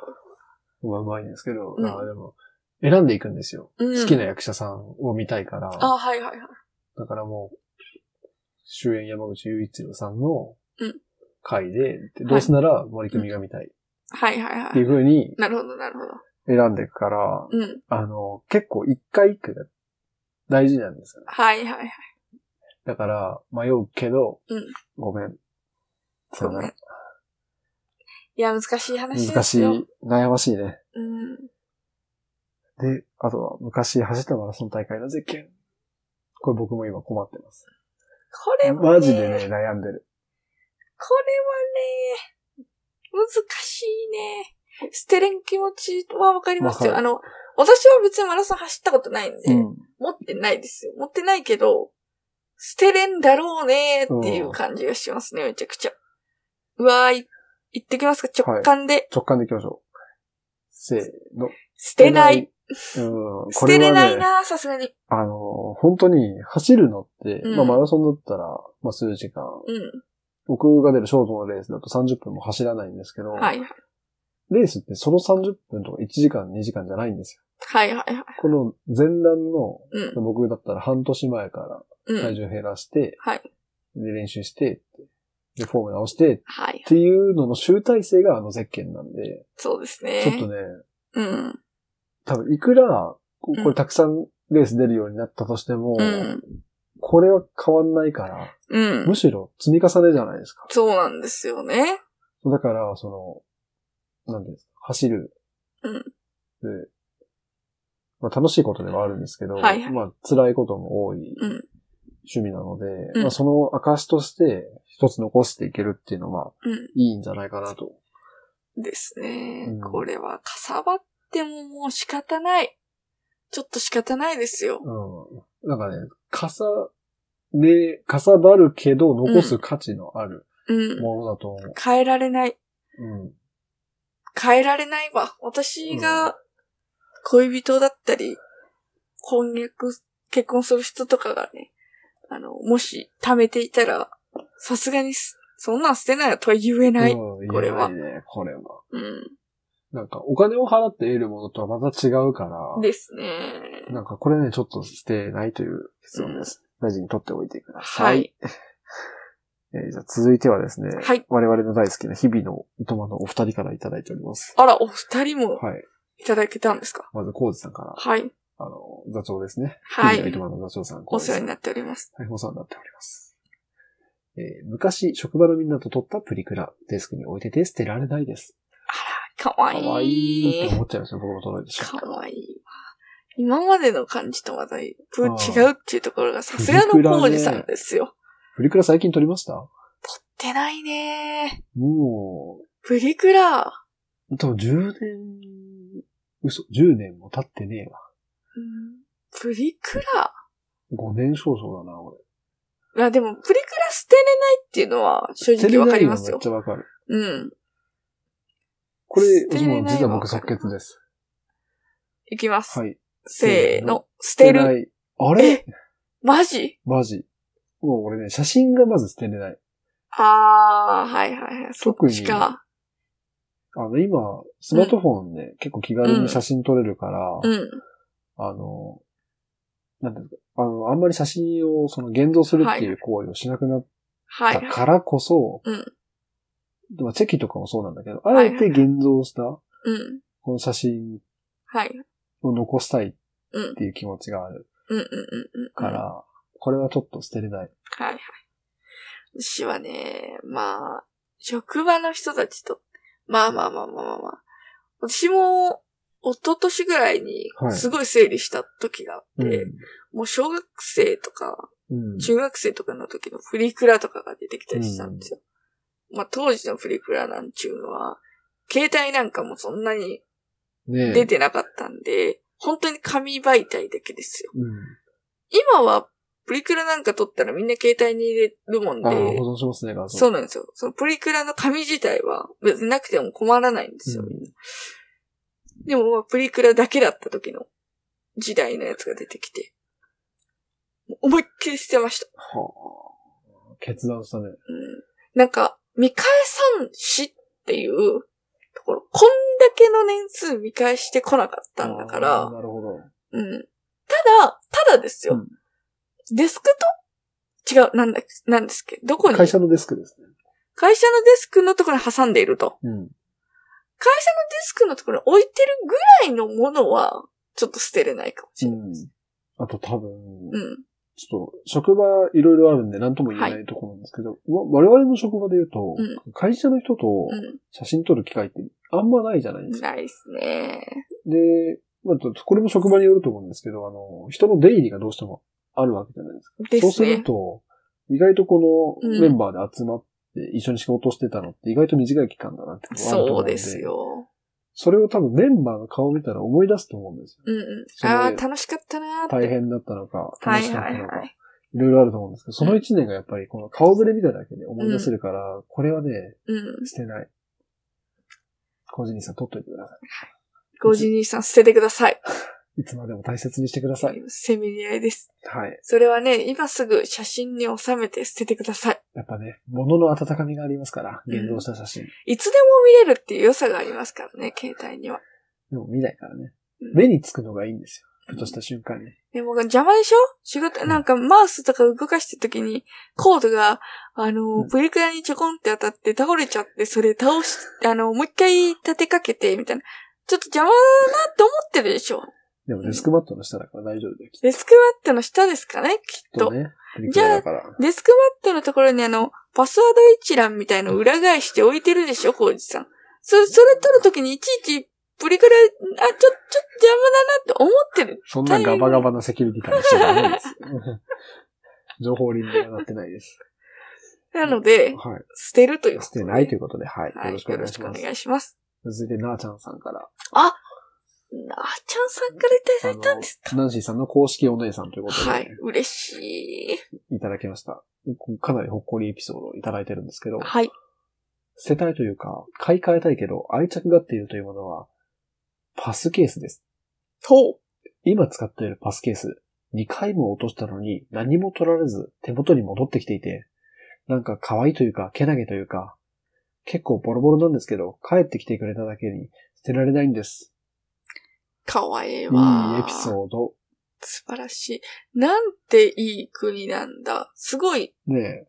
Speaker 1: はうまいんですけど、
Speaker 2: うん
Speaker 1: あでも、選んでいくんですよ。
Speaker 2: うん
Speaker 1: 好きな役者さんを見たいから。
Speaker 2: あ、はいはいはい。
Speaker 1: だからもう、主演山口雄一郎さんの
Speaker 2: うん
Speaker 1: 回で、で
Speaker 2: はい
Speaker 1: どうせなら森組が見たい
Speaker 2: はいはい
Speaker 1: っ
Speaker 2: は
Speaker 1: てい
Speaker 2: い。
Speaker 1: う風に
Speaker 2: なるほどなるほど。
Speaker 1: 選んでいくから、
Speaker 2: うん。
Speaker 1: あの、結構一回一回が大事なんですよね。
Speaker 2: はいはいはい。
Speaker 1: だから、迷うけど、
Speaker 2: うん
Speaker 1: ごめん。さよ
Speaker 2: ご
Speaker 1: な
Speaker 2: めん
Speaker 1: ら。
Speaker 2: いや、難しい話で
Speaker 1: 難
Speaker 2: す
Speaker 1: し
Speaker 2: よ。
Speaker 1: い、悩ましいね。
Speaker 2: うん。
Speaker 1: で、あとは昔走ったマラソン大会の絶景。これ僕も今困ってます。
Speaker 2: これはね、
Speaker 1: マジでね、悩んでる。
Speaker 2: これはね、難しいね。捨てれん気持ちはわかりますよ。
Speaker 1: わか
Speaker 2: あの、私は別にマラソン走ったことないんで、
Speaker 1: うん。
Speaker 2: 持ってないですよ。持ってないけど、捨てれんだろうねーっていう感じがしますね、めちゃくちゃ。うわーい、行ってきますか、直感で。
Speaker 1: 直感でいきましょう。せーの。
Speaker 2: 捨てない。。
Speaker 1: うん、
Speaker 2: 捨
Speaker 1: こ
Speaker 2: て
Speaker 1: れ
Speaker 2: れな
Speaker 1: はいね、
Speaker 2: なー、さすがに。
Speaker 1: あの、本当に走るのって、
Speaker 2: うん
Speaker 1: まあマラソンだったら、まあ数時間、
Speaker 2: うん。
Speaker 1: 僕が出るショートのレースだと30分も走らないんですけど、
Speaker 2: はいはい。
Speaker 1: レースってその30分とか1時間、2時間じゃないんですよ。
Speaker 2: はいはいはい。
Speaker 1: この前段の、
Speaker 2: うん。
Speaker 1: 僕だったら半年前から
Speaker 2: うん。は
Speaker 1: 体
Speaker 2: い。
Speaker 1: 重減らして、
Speaker 2: はい。
Speaker 1: で、練習して、で、フォーム直して、っ
Speaker 2: はい。
Speaker 1: ていうのの集大成があのゼッケンなんで、
Speaker 2: そうですね。
Speaker 1: ちょっとね、
Speaker 2: うん。
Speaker 1: 多分いくら、こ
Speaker 2: うん
Speaker 1: これたくさんレース出るようになったとしても、
Speaker 2: うん。
Speaker 1: これは変わんないから、
Speaker 2: うん
Speaker 1: む。しろ積み重ねじゃないですか。
Speaker 2: そうなんですよね。
Speaker 1: だから、その、なんていうんですか、走る。
Speaker 2: うん
Speaker 1: で、まあ楽しいことではあるんですけど、
Speaker 2: はいはい
Speaker 1: まあ辛いことも多い
Speaker 2: うん
Speaker 1: 趣味なので、
Speaker 2: うん
Speaker 1: まあその証として一つ残していけるっていうのは、まあ
Speaker 2: うん。
Speaker 1: いいんじゃないかなと。
Speaker 2: ですね。
Speaker 1: うん
Speaker 2: これはかさばってももう仕方ない。ちょっと仕方ないですよ。
Speaker 1: うん。なんかね、かさ、で、かさばるけど残す価値のある
Speaker 2: うん。
Speaker 1: ものだと思う。
Speaker 2: 変えられない。
Speaker 1: うん。
Speaker 2: 変えられないわ。私
Speaker 1: うん
Speaker 2: が恋人だったり、婚約、結婚する人とかがね、あの、もし貯めていたら、さすがにす、そんなん捨てないよとは言えない。
Speaker 1: うん
Speaker 2: これは
Speaker 1: 言えないね、これは。
Speaker 2: うん。
Speaker 1: なんか、お金を払って得るものとはまた違うから。
Speaker 2: ですね。
Speaker 1: なんかこれね、ちょっと捨てないという結論です。大事に取っておいてくださ。
Speaker 2: はいい。
Speaker 1: えーじゃあ続いてはですね、
Speaker 2: はい
Speaker 1: 我々の大好きな日々のいとまのお二人からいただいております。
Speaker 2: あら、お二人も
Speaker 1: はい。
Speaker 2: いただけたんですか
Speaker 1: まず、コウジさんから、
Speaker 2: はい。
Speaker 1: あの、座長ですね。
Speaker 2: は
Speaker 1: 日々のいと
Speaker 2: い。
Speaker 1: まの座長さん、
Speaker 2: お世話
Speaker 1: さん
Speaker 2: に。なっております。
Speaker 1: 大変お世話になっております。えー昔、職場のみんなと撮ったプリクラ、デスクに置いてて捨てられないです。
Speaker 2: かわ
Speaker 1: か
Speaker 2: いい。
Speaker 1: わいいって思っちゃいますよ、僕も届いてし
Speaker 2: か
Speaker 1: まった。
Speaker 2: わいいわ。今までの感じとまた違うっていうところがさすがの
Speaker 1: プリクラね
Speaker 2: コウジさんですよ。
Speaker 1: プリクラ最近撮りました
Speaker 2: 撮ってないね
Speaker 1: も
Speaker 2: プリクラ。
Speaker 1: う、多分10年、嘘、10年も経ってねえわ。
Speaker 2: うんプリクラ。
Speaker 1: 5年少々だな、俺。
Speaker 2: まあでも、プリクラ捨てれないっていうのは正
Speaker 1: テ
Speaker 2: 直
Speaker 1: レ
Speaker 2: わ
Speaker 1: ビ
Speaker 2: か
Speaker 1: 内
Speaker 2: り
Speaker 1: 容
Speaker 2: ま
Speaker 1: は
Speaker 2: す
Speaker 1: めっ
Speaker 2: よ
Speaker 1: ち。ゃわかる。
Speaker 2: うん。
Speaker 1: こ
Speaker 2: 捨
Speaker 1: れ、
Speaker 2: てれな
Speaker 1: も
Speaker 2: い
Speaker 1: う実は僕即決です。
Speaker 2: いきます。
Speaker 1: はい。
Speaker 2: せーの。捨
Speaker 1: 捨
Speaker 2: てる。
Speaker 1: ない。あれ
Speaker 2: マジ
Speaker 1: マジ。もう俺ね、写真がまず捨てれない。
Speaker 2: あー、はいはいはい。そっ
Speaker 1: 特に
Speaker 2: ちか。
Speaker 1: あの、今、スマートフォンで、結構気軽に写真撮れるから、
Speaker 2: うん。
Speaker 1: あの、なんていうんですか、あの、あんまり写真をその現像するっていう行為をしなくなっ
Speaker 2: はい
Speaker 1: た。からこそ、
Speaker 2: うん
Speaker 1: まあチェキとかもそうなんだけど、
Speaker 2: は
Speaker 1: あ
Speaker 2: い
Speaker 1: えて現像した、
Speaker 2: うん。
Speaker 1: この写真
Speaker 2: はい。
Speaker 1: を残したいっ
Speaker 2: うん。うん
Speaker 1: ていう気持ちがある
Speaker 2: うんうんうんうん。
Speaker 1: から、これはちょっと捨てれない。
Speaker 2: はいはい。私はね、まあ、職場の人たちと、まあまあまあまあまあまあ。私も、一昨年ぐらいに
Speaker 1: は、い
Speaker 2: すごい整理した時があって、
Speaker 1: う
Speaker 2: もう小学生とか、
Speaker 1: ん。うん
Speaker 2: 中学生とかの時のプリクラとかが出てきたりしたんですよ。まあ当時のプリクラなんちゅうのは、携帯なんかもそんなに
Speaker 1: ねえ
Speaker 2: 出てなかったんで、本当に紙媒体だけですよ。
Speaker 1: うん。
Speaker 2: 今は、プリクラなんか撮ったらみんな携帯に入れるもん
Speaker 1: ああ、
Speaker 2: で、
Speaker 1: 保存しますね、画像。
Speaker 2: そうなんですよ。そのプリクラの紙自体は別になくても困らないんですよ。
Speaker 1: うん
Speaker 2: でも、まあ、プリクラだけだった時の時代のやつが出てきて、もう思いっきり捨てました。
Speaker 1: はあ。決断したね。
Speaker 2: うん、なんか、見返さんしっていうところ、こんだけの年数見返してこなかったんだか
Speaker 1: ああ
Speaker 2: ら、
Speaker 1: なるほど。
Speaker 2: うん、ただ、ただですよ。
Speaker 1: うん
Speaker 2: デスクと違う、なんだ、なんですっけど、どこに
Speaker 1: 会社のデスクですね。
Speaker 2: 会社のデスクのところに挟んでいると。
Speaker 1: うん。
Speaker 2: 会社のデスクのところに置いてるぐらいのものは、ちょっと捨てれないかもしれない。
Speaker 1: あと多分、
Speaker 2: うん。
Speaker 1: ちょっと、職場いろいろあるんで何とも言えないところなんですけど、わ我々の職場で言うと、
Speaker 2: う
Speaker 1: 会社の人と
Speaker 2: うん。
Speaker 1: 写真撮る機会ってあんまないじゃないですか。
Speaker 2: ないですね。
Speaker 1: で、まあ、ちょっとこれも職場によると思うんですけど、あの、人の出入りがどうしてもあるわけじゃないですか。
Speaker 2: で
Speaker 1: そう
Speaker 2: す
Speaker 1: する
Speaker 2: ね。
Speaker 1: と、意外とこ
Speaker 2: う
Speaker 1: の
Speaker 2: ん
Speaker 1: メンバーで集まって一緒に仕事をしてたのって意外と短い期間だなってことがあると思
Speaker 2: そ
Speaker 1: うん
Speaker 2: うです。よ。
Speaker 1: それを多分メンバーの顔を見たら思い出すと思うんですよ。
Speaker 2: うんう
Speaker 1: そ
Speaker 2: ん。
Speaker 1: の
Speaker 2: ああ、楽しかったなーって。
Speaker 1: 大変だったのか、
Speaker 2: は
Speaker 1: 楽
Speaker 2: い
Speaker 1: しかっ
Speaker 2: は
Speaker 1: た
Speaker 2: い
Speaker 1: のか、
Speaker 2: はいい。
Speaker 1: ろいろあると思うんですけど、その一年がやっぱりこの顔ぶれ見ただけで思い出せるから、これはね、
Speaker 2: うん。
Speaker 1: 捨てない。個人にさん取っといてください。
Speaker 2: ごじ兄さん捨ててください。
Speaker 1: いつまでも大切にしてください。
Speaker 2: せめぎ合いです。
Speaker 1: はい。
Speaker 2: それはね、今すぐ写真に収めて捨ててください。
Speaker 1: やっぱね、物の温かみがありますから、
Speaker 2: うん
Speaker 1: 現像した写真。
Speaker 2: いつでも見れるっていう良さがありますからね、携帯には。
Speaker 1: でも見ないからね。
Speaker 2: うん
Speaker 1: 目につくのがいいんですよ。ふとした瞬間に。
Speaker 2: でも邪魔でしょ仕事、なんかマウスとか動かしてる時に、コードが、あの
Speaker 1: うん、
Speaker 2: プリクラにちょこんって当たって倒れちゃって、それ倒し、あの、もう一回立てかけて、みたいな。ちょっと邪魔だなって思ってるでしょ
Speaker 1: でもデスクマットの下だから大丈夫だよ。きっ
Speaker 2: デスクマットの下ですかねきっ
Speaker 1: と
Speaker 2: と。
Speaker 1: ね。プリクラだから。
Speaker 2: デスクマットのところにあの、パスワード一覧みたいの裏返して置いてるでしょ、コウジさん。それ、それ取るときにいちいち、プリクラ、あ、ちょ、ちょ、邪魔だなって思ってる。
Speaker 1: そんなガバガバなセキュリティからしちゃダメです。 (laughs) 情報倫理がなってないです。
Speaker 2: なので、
Speaker 1: は
Speaker 2: 捨てるとい
Speaker 1: い。
Speaker 2: う。
Speaker 1: 捨てないということで、はい。
Speaker 2: はい、
Speaker 1: よ
Speaker 2: よ
Speaker 1: ろ
Speaker 2: ろ
Speaker 1: し
Speaker 2: し
Speaker 1: く
Speaker 2: く
Speaker 1: お
Speaker 2: お
Speaker 1: 願いしま
Speaker 2: 願
Speaker 1: す。
Speaker 2: いします。
Speaker 1: 続いて、なーちゃんさんから。
Speaker 2: なあちゃんさんからいただいたんです
Speaker 1: あのナンシーさんの公式お姉さんということで、
Speaker 2: か。はい、嬉し
Speaker 1: いただきました。かなりほっこりエピソードをいただいてるんですけど
Speaker 2: い。、はい。
Speaker 1: 捨てたいというか、買い替えたいけど、愛着がっているというものは、パスケースです。
Speaker 2: と、
Speaker 1: 今使っているパスケース、2回も落としたのに何も取られず手元に戻ってきていて、なんか可愛いというか、けなげというか、結構ボロボロなんですけど、帰ってきてくれただけに捨てられないんです。
Speaker 2: かわいい
Speaker 1: いい
Speaker 2: わ。
Speaker 1: エピソード。
Speaker 2: 素晴らしい。なんていい国なんだ。すごい、
Speaker 1: ねえ。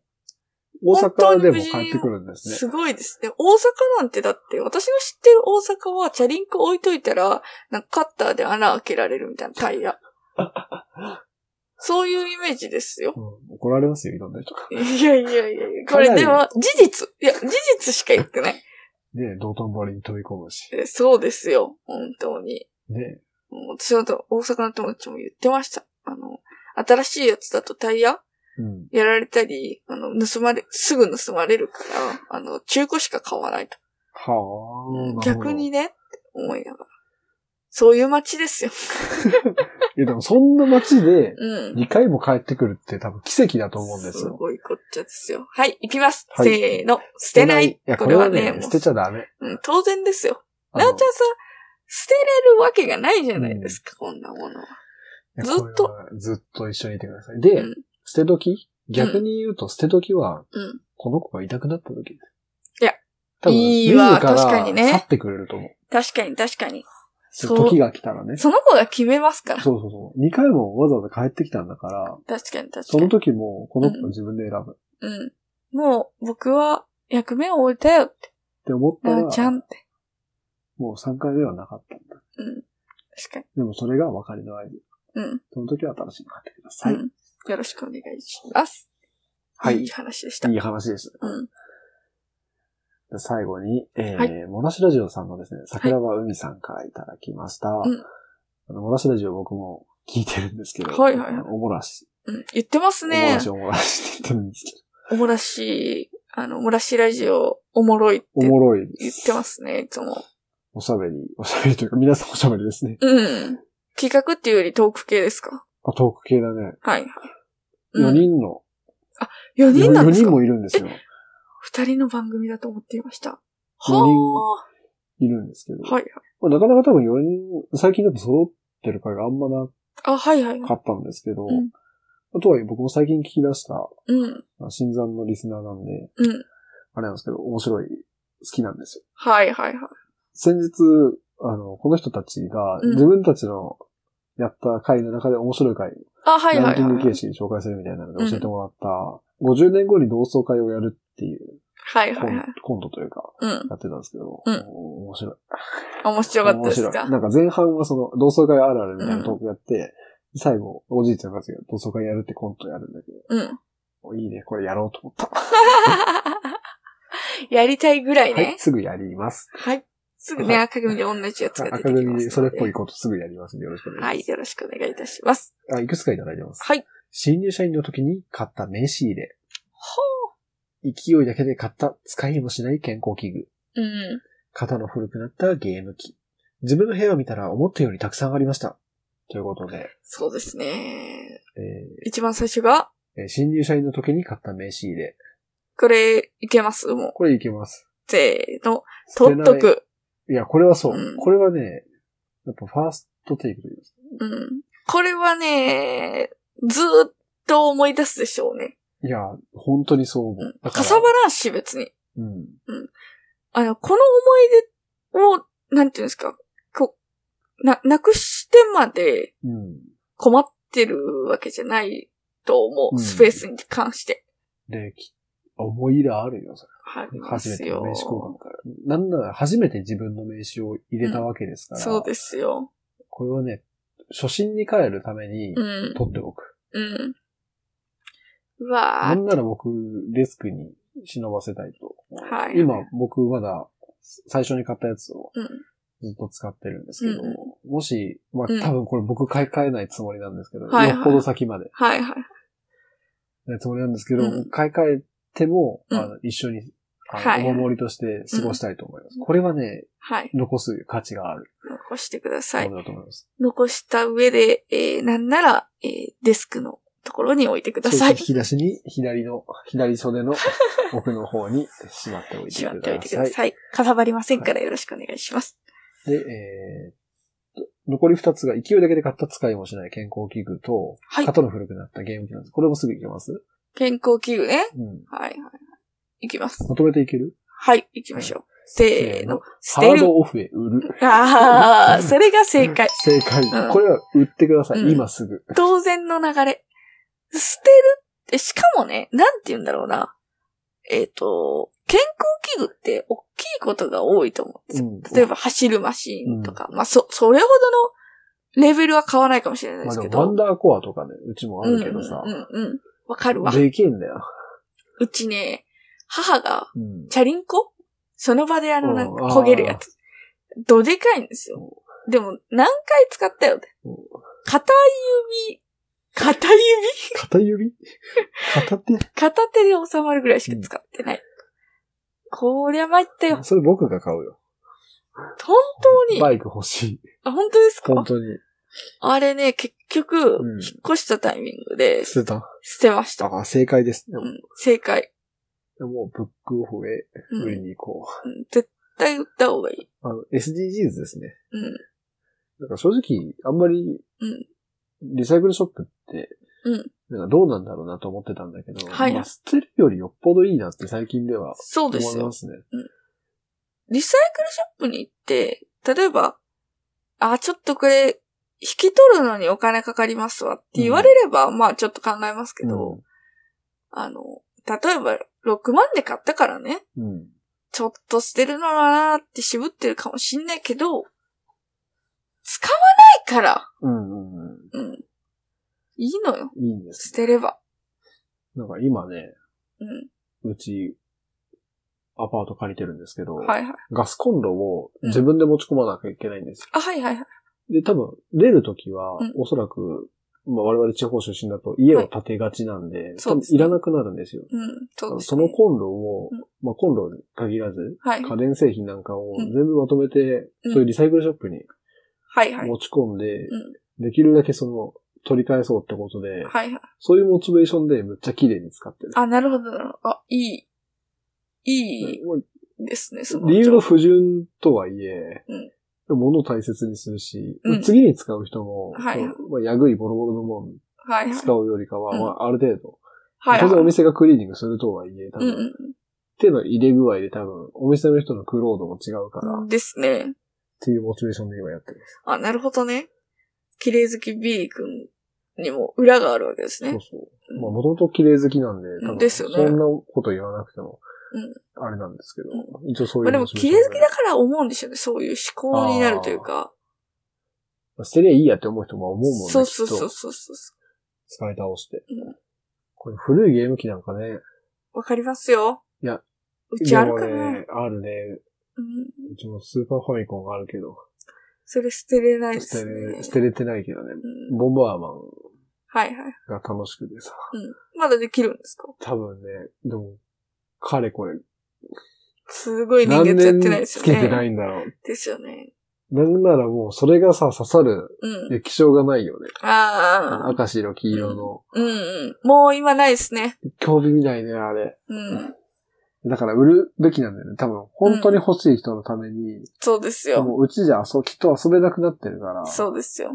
Speaker 1: 大阪でも帰ってくるんです
Speaker 2: す
Speaker 1: ね。
Speaker 2: ごいですね。大阪なんてだって、私の知ってる大阪はチャリンコ置いといたら、なんかカッターで穴開けられるみたいなタイヤ。
Speaker 1: (laughs)
Speaker 2: そういうイメージですよ。
Speaker 1: うん、怒られますよ、いろんな人が。
Speaker 2: いやいやいやいや、
Speaker 1: か
Speaker 2: こ
Speaker 1: な
Speaker 2: れ
Speaker 1: り
Speaker 2: でも、事実。いや、事実しか言ってない。
Speaker 1: ねえ、道頓堀に飛び込むし。
Speaker 2: えそうですよ、本当に。
Speaker 1: ねえ。
Speaker 2: もう私は大阪の友達も言ってました。あの、新しいやつだとタイヤ
Speaker 1: うん。
Speaker 2: やられたり、あの、盗まれ、すぐ盗まれるから、あの、中古しか買わないと。
Speaker 1: はあ。
Speaker 2: 逆
Speaker 1: なるほど
Speaker 2: にね、って思いながら。そういう街ですよ。
Speaker 1: いや、でもそんな街で
Speaker 2: うん。
Speaker 1: 2回も帰ってくるって多分奇跡だと思うんです
Speaker 2: す
Speaker 1: よ。
Speaker 2: ごいこっちゃですよ。はい、行きます。
Speaker 1: はい
Speaker 2: せーの。捨てない。
Speaker 1: いや、
Speaker 2: こ
Speaker 1: こ
Speaker 2: れ
Speaker 1: れ
Speaker 2: は
Speaker 1: は
Speaker 2: ね、
Speaker 1: ね、
Speaker 2: も
Speaker 1: 捨
Speaker 2: う
Speaker 1: てちゃダメ。
Speaker 2: うん、当然ですよ。
Speaker 1: あ
Speaker 2: な
Speaker 1: の
Speaker 2: おちゃんさん、捨てれるわけがないじゃないですか、こんなものは。
Speaker 1: いや
Speaker 2: ずっと
Speaker 1: これはずっと一緒にいてください。で、
Speaker 2: うん
Speaker 1: 捨て時逆に言うと捨て時は、
Speaker 2: うん
Speaker 1: この子が痛くなった時です。
Speaker 2: いや、
Speaker 1: 多分、
Speaker 2: いいわ
Speaker 1: 自ら
Speaker 2: 確かにね
Speaker 1: 去ってくれると思う。
Speaker 2: 確かに確かに。そう
Speaker 1: 時が来たらね。そ
Speaker 2: その子が決めますから。
Speaker 1: うそうそう。2回もわざわざ帰ってきたんだから、
Speaker 2: 確かに確かに。
Speaker 1: その時もこの子が自分で選ぶっ
Speaker 2: うん。もう、僕は役目を終えたよって、
Speaker 1: て思った
Speaker 2: な
Speaker 1: ら
Speaker 2: あ、ちゃんって。
Speaker 1: もう3回目はなかったんだ。
Speaker 2: うん。確かに。
Speaker 1: でもそれが別れの合図。
Speaker 2: うん。
Speaker 1: その時は楽しみに帰ってください。
Speaker 2: うん。よろしくお願いします。
Speaker 1: はい
Speaker 2: い話でした。
Speaker 1: いい話です。
Speaker 2: うん。
Speaker 1: で最後に、えー
Speaker 2: は
Speaker 1: モナシラジオさんのですね、桜庭海さんからいただきました。
Speaker 2: うん
Speaker 1: あのモナシラジオ僕も聞いてるんですけど、
Speaker 2: はいはいはい
Speaker 1: おもらし、
Speaker 2: うん。言ってます
Speaker 1: おも
Speaker 2: ね
Speaker 1: らし。おもらしって言ってるんですけ
Speaker 2: おもらし、あの、おもらしラジオ、おもろいって
Speaker 1: ど、おもろいで
Speaker 2: 言っ
Speaker 1: す。
Speaker 2: てますね、いつも。
Speaker 1: おしゃべり、おしゃべりというか、皆さんおしゃべりですね。
Speaker 2: うん。企画っていうよりトーク系ですか
Speaker 1: あ、トーク系だね。
Speaker 2: はい。うん
Speaker 1: 4人の、
Speaker 2: 4
Speaker 1: 四
Speaker 2: 人なんです
Speaker 1: 人
Speaker 2: か
Speaker 1: もいるんですよ。
Speaker 2: ?2 人の番組だと思っていました。は
Speaker 1: 四人
Speaker 2: あ。
Speaker 1: いるんですけど、
Speaker 2: はいはい。
Speaker 1: まあ、なかなか多分4人、最近だと揃ってる回があんまな
Speaker 2: あ、はいはい。
Speaker 1: かったんですけど、
Speaker 2: うん
Speaker 1: あとはいえ僕も最近聞き出した、
Speaker 2: うん。
Speaker 1: まあ、新参のリスナーなんで、
Speaker 2: うん。
Speaker 1: あれなんですけど、面白い、好きなんですよ。
Speaker 2: はいはいはい。
Speaker 1: 先日、あの、この人たちが、
Speaker 2: うん
Speaker 1: 自分たちのやった回の中で面白い回、
Speaker 2: あ、はい
Speaker 1: ラ
Speaker 2: は
Speaker 1: ン
Speaker 2: い
Speaker 1: キング
Speaker 2: はい
Speaker 1: 形。式で紹介するみたいなので教えてもらった、50年後に同窓会をやるっていう
Speaker 2: はい
Speaker 1: コ
Speaker 2: はいは
Speaker 1: ン
Speaker 2: い。
Speaker 1: コントというか、
Speaker 2: うん。
Speaker 1: やってたんですけど、
Speaker 2: うん
Speaker 1: 面白い。
Speaker 2: 面白かった
Speaker 1: 面
Speaker 2: です
Speaker 1: 白い。
Speaker 2: か
Speaker 1: なんか前半はその、同窓会あるあるみたいなトークやって、最後、おじいちゃんたちが同窓会やるってコントやるんだけ
Speaker 2: うん。
Speaker 1: ど、いいね、これやろうと思った。
Speaker 2: やりたいぐらい
Speaker 1: はい、
Speaker 2: ね。
Speaker 1: すぐやります。
Speaker 2: はい。すぐね、
Speaker 1: はい
Speaker 2: 赤組で同じやつが出てき
Speaker 1: 赤
Speaker 2: ますので。
Speaker 1: 組にそれっぽいことすぐやりますんで、よろしくお願いします。
Speaker 2: はい、よろしくお願いいたします。
Speaker 1: あ、いくつかいただいてます。
Speaker 2: はい。
Speaker 1: 新入社員の時に買った名刺入れ。勢いだけで買った使いもしない健康器具。
Speaker 2: うん。
Speaker 1: 肩の古くなったゲーム機。自分の部屋を見たら思ったよりたくさんありました。ということで、
Speaker 2: そうですね。
Speaker 1: え
Speaker 2: 一番最初が、
Speaker 1: ーえー新入社員の時に買った名刺入れ。
Speaker 2: これ、いけますもう。
Speaker 1: これいけます。
Speaker 2: せーの。
Speaker 1: 捨て
Speaker 2: 取っ
Speaker 1: ない
Speaker 2: と。く。
Speaker 1: いや、これはそう。
Speaker 2: うん
Speaker 1: これはね、やっぱファーストテイクといいますか
Speaker 2: うん。これはね、ずーっと思い出すでしょうね。
Speaker 1: いや、本当にそう思
Speaker 2: う。。
Speaker 1: うんだ
Speaker 2: かさばらんし、別に。
Speaker 1: うん。
Speaker 2: あの、この思い出を、なんていうんですか、こう、な、なくしてまで
Speaker 1: うん。
Speaker 2: 困ってるわけじゃないと思
Speaker 1: うん
Speaker 2: う。スペースに関して。
Speaker 1: で、き思い入れあるよ、それ。
Speaker 2: ありま
Speaker 1: 初め
Speaker 2: す
Speaker 1: ての
Speaker 2: よ。
Speaker 1: 名刺交換から。なんなら初めて自分の名刺を入れたわけですから。
Speaker 2: そうですよ。
Speaker 1: これはね、初心に帰るために
Speaker 2: うん。
Speaker 1: 取っておく。
Speaker 2: うん。う
Speaker 1: な
Speaker 2: わー
Speaker 1: んなら僕、デスクに忍ばせたいと。
Speaker 2: はい
Speaker 1: 今、僕まだ最初に買ったやつを
Speaker 2: うん。
Speaker 1: ずっと使ってるんですけど、
Speaker 2: うん
Speaker 1: もし、まあ
Speaker 2: うん
Speaker 1: 多分これ僕買い替えないつもりなんですけど、
Speaker 2: はいはい
Speaker 1: よっぽど先まで。
Speaker 2: はいはい。
Speaker 1: ないつもりなんですけど、
Speaker 2: うん
Speaker 1: 買い替えても、
Speaker 2: うん
Speaker 1: あの一緒に、あの
Speaker 2: はいはい
Speaker 1: お守りとして過ごしたいと思います。これはね、
Speaker 2: はい。
Speaker 1: 残す価値がある
Speaker 2: 残してください
Speaker 1: も。のだと思います。
Speaker 2: 残した上で、えー、なんなら、えー、デスクのところに置いてくだ
Speaker 1: そ
Speaker 2: さ
Speaker 1: う
Speaker 2: い。
Speaker 1: ですね引き出しに、左の、左袖
Speaker 2: (laughs)
Speaker 1: の奥の方にしまっておいて
Speaker 2: しまっ
Speaker 1: く
Speaker 2: ておい
Speaker 1: だ
Speaker 2: てくだ
Speaker 1: さい。
Speaker 2: さい。かさばりませんからよろしくお願いします。
Speaker 1: で、えーっと残り二つが勢いだけで買った使いもしない健康器具と、
Speaker 2: はい。
Speaker 1: 型の古くなったゲーム機なんです。これもすぐいけます
Speaker 2: 健康器具ね。
Speaker 1: うん。
Speaker 2: はいはいはい。いきます。
Speaker 1: まとめていける
Speaker 2: はい、いきましょう。せーの。捨
Speaker 1: ハ
Speaker 2: て
Speaker 1: ー
Speaker 2: る
Speaker 1: ド。オフへ売る。
Speaker 2: ああ、それが正解。
Speaker 1: 正解。
Speaker 2: うん
Speaker 1: これは売ってください。
Speaker 2: うん
Speaker 1: 今すぐ。
Speaker 2: 当然の流れ。捨てるって、しかもね、なんて言うんだろうな。えっ、と、健康器具って大きいことが多いと思うんですよ
Speaker 1: うん
Speaker 2: 例えば走るマシーンとか、まあそ、それほどのレベルは買わないかもしれないで
Speaker 1: まあ
Speaker 2: す
Speaker 1: で
Speaker 2: け
Speaker 1: も、ワ
Speaker 2: ど。
Speaker 1: ンダーコアとかね、うちもあ
Speaker 2: うん
Speaker 1: る
Speaker 2: うん
Speaker 1: けどさ
Speaker 2: う。んうん。わかるわ。
Speaker 1: でけえんだよ。
Speaker 2: うちね、母が
Speaker 1: うん。
Speaker 2: チャリンコその場であ
Speaker 1: う
Speaker 2: の
Speaker 1: ん
Speaker 2: なんか焦げるやつ。どでかいんですよ。でも何回使ったよって
Speaker 1: うん。
Speaker 2: 片指、片指
Speaker 1: 片指 (laughs) 片手
Speaker 2: 片手で収まるぐらいしか使ってない。こりゃ参ったよ。
Speaker 1: それ僕が買うよ。
Speaker 2: 本当に。
Speaker 1: バイク欲しい。
Speaker 2: あ本当です
Speaker 1: 本
Speaker 2: か
Speaker 1: 当に。
Speaker 2: あれね、結局、
Speaker 1: うん
Speaker 2: 引っ越したタイミングで
Speaker 1: 捨てた
Speaker 2: 捨てました。
Speaker 1: あ、正解ですね。
Speaker 2: うん、正解。
Speaker 1: でも、ブックオフへ
Speaker 2: うん
Speaker 1: 売りに行こ
Speaker 2: うん絶対売った方がいい。
Speaker 1: う。あの、SDGs ですね。
Speaker 2: うん。
Speaker 1: なんか正直、あんまり
Speaker 2: うん、
Speaker 1: リサイクルショップって、
Speaker 2: うん
Speaker 1: なんかどうなんだろうなと思ってたんだけど、
Speaker 2: はい
Speaker 1: まあ捨てるよりよっぽどいいなって最近では
Speaker 2: そう
Speaker 1: 思
Speaker 2: です
Speaker 1: い
Speaker 2: よ
Speaker 1: ま。すね。
Speaker 2: リサイクルショップに行って、例えば、あ、ちょっとこれ、引き取るのにお金かかりますわって言われれば、まあちょっと考えますけど、あの、例えば6万で買ったからね、
Speaker 1: うん。うん。
Speaker 2: ちょっと捨てるのはなーって渋ってるかもしんないけど、使わないから、
Speaker 1: うんうんう
Speaker 2: うん。いいのよ。
Speaker 1: ん。いいんです。
Speaker 2: 捨てれば。
Speaker 1: なんか今ね、
Speaker 2: うん。
Speaker 1: うち、アパート借りてるんですけど、
Speaker 2: はいはい。
Speaker 1: ガスコンロを自分で持ち込まなきゃいけないんですよ。
Speaker 2: あ、はいはいはい。
Speaker 1: で、多分、出るときは
Speaker 2: うん、
Speaker 1: おそらく、まあ我々地方出身だと家を建てがちなんで、
Speaker 2: そ
Speaker 1: 多
Speaker 2: う
Speaker 1: 分
Speaker 2: です
Speaker 1: い
Speaker 2: ね
Speaker 1: らなくなるんですよ。
Speaker 2: うん。そうです、
Speaker 1: そ
Speaker 2: ね。
Speaker 1: のコンロを、
Speaker 2: うん
Speaker 1: まあコンロに限らず、
Speaker 2: はい。
Speaker 1: 家電製品なんかを
Speaker 2: うん
Speaker 1: 全部まとめて、
Speaker 2: うん
Speaker 1: そういうリサイクルショップに
Speaker 2: はいはい。
Speaker 1: 持ち込んで、
Speaker 2: うん
Speaker 1: できるだけその、取り返そうってことで、
Speaker 2: はいはい。
Speaker 1: そういうモチベーションでむっちゃ綺麗に使ってる。
Speaker 2: あ、なるほどなるほど。あ、いい。いい
Speaker 1: まあ
Speaker 2: ですね、その。
Speaker 1: 理由の不純とはいえ、
Speaker 2: うん
Speaker 1: 物を大切にするし、
Speaker 2: うん
Speaker 1: 次に使う人も、
Speaker 2: はい
Speaker 1: まあ、やぐいボロボロのもん
Speaker 2: はいはい。
Speaker 1: 使うよりかは、
Speaker 2: うん
Speaker 1: まあ、ある程度、
Speaker 2: はい、
Speaker 1: 当然お
Speaker 2: はい。
Speaker 1: 店がクリーニングするとはいえ、多
Speaker 2: う
Speaker 1: 分、
Speaker 2: ん
Speaker 1: 手の入れ具合で多分、お店の人の苦労度も違うから、
Speaker 2: う
Speaker 1: っ
Speaker 2: ん。ですね。
Speaker 1: ていうモチベーションで今やってます。
Speaker 2: あ、なるほどね。綺麗好きビリー君にも裏があるわけです
Speaker 1: そ
Speaker 2: ね
Speaker 1: う。そう。まあ、もともと綺麗好きなんで、多
Speaker 2: うん
Speaker 1: 分、
Speaker 2: ですよね
Speaker 1: そんなこと言わなくても、あれなんですけど、一応そう
Speaker 2: ま
Speaker 1: いう
Speaker 2: あでも、
Speaker 1: モチベーシ
Speaker 2: 綺
Speaker 1: ョンで
Speaker 2: 麗好きだから思うんですよね。そういう思考になるというか。
Speaker 1: まあ捨てりゃいいやって思う人も思うもんね。
Speaker 2: そうそう
Speaker 1: きっ
Speaker 2: そ
Speaker 1: と
Speaker 2: うそうそう。
Speaker 1: 使い倒して。
Speaker 2: うん
Speaker 1: これ古いゲーム機なんかね、
Speaker 2: わかりますよ。
Speaker 1: いや。
Speaker 2: うちあるか
Speaker 1: で
Speaker 2: な、
Speaker 1: もね、あるね。
Speaker 2: うん。
Speaker 1: うちもスーパーファミコンがあるけど、
Speaker 2: それ捨てれないで
Speaker 1: 捨て
Speaker 2: すね。
Speaker 1: れ、捨てれてないけどね。
Speaker 2: うん、
Speaker 1: ボンバーマン
Speaker 2: はいはい。
Speaker 1: が楽しくてさ、
Speaker 2: うん。まだできるんですか
Speaker 1: 多分ね、でも、かれこれ、
Speaker 2: すごい年
Speaker 1: 何
Speaker 2: 月やっ
Speaker 1: 年
Speaker 2: てないです
Speaker 1: つ
Speaker 2: よ
Speaker 1: け
Speaker 2: ね。
Speaker 1: てないんだろう。
Speaker 2: ですよね。
Speaker 1: なんならもう、それがさ、刺さる
Speaker 2: うん。
Speaker 1: 液晶がないよね。
Speaker 2: ああ。
Speaker 1: 赤白黄色の。
Speaker 2: うんうん。もう今ないですね。
Speaker 1: 興味見ないね、あれ。
Speaker 2: うん。
Speaker 1: だから売るべきなんだよね。多分、本当に欲しい人のために、
Speaker 2: そうです
Speaker 1: で
Speaker 2: よ。
Speaker 1: もうちじゃ遊きっと遊べなくなってるから、
Speaker 2: そうですよ。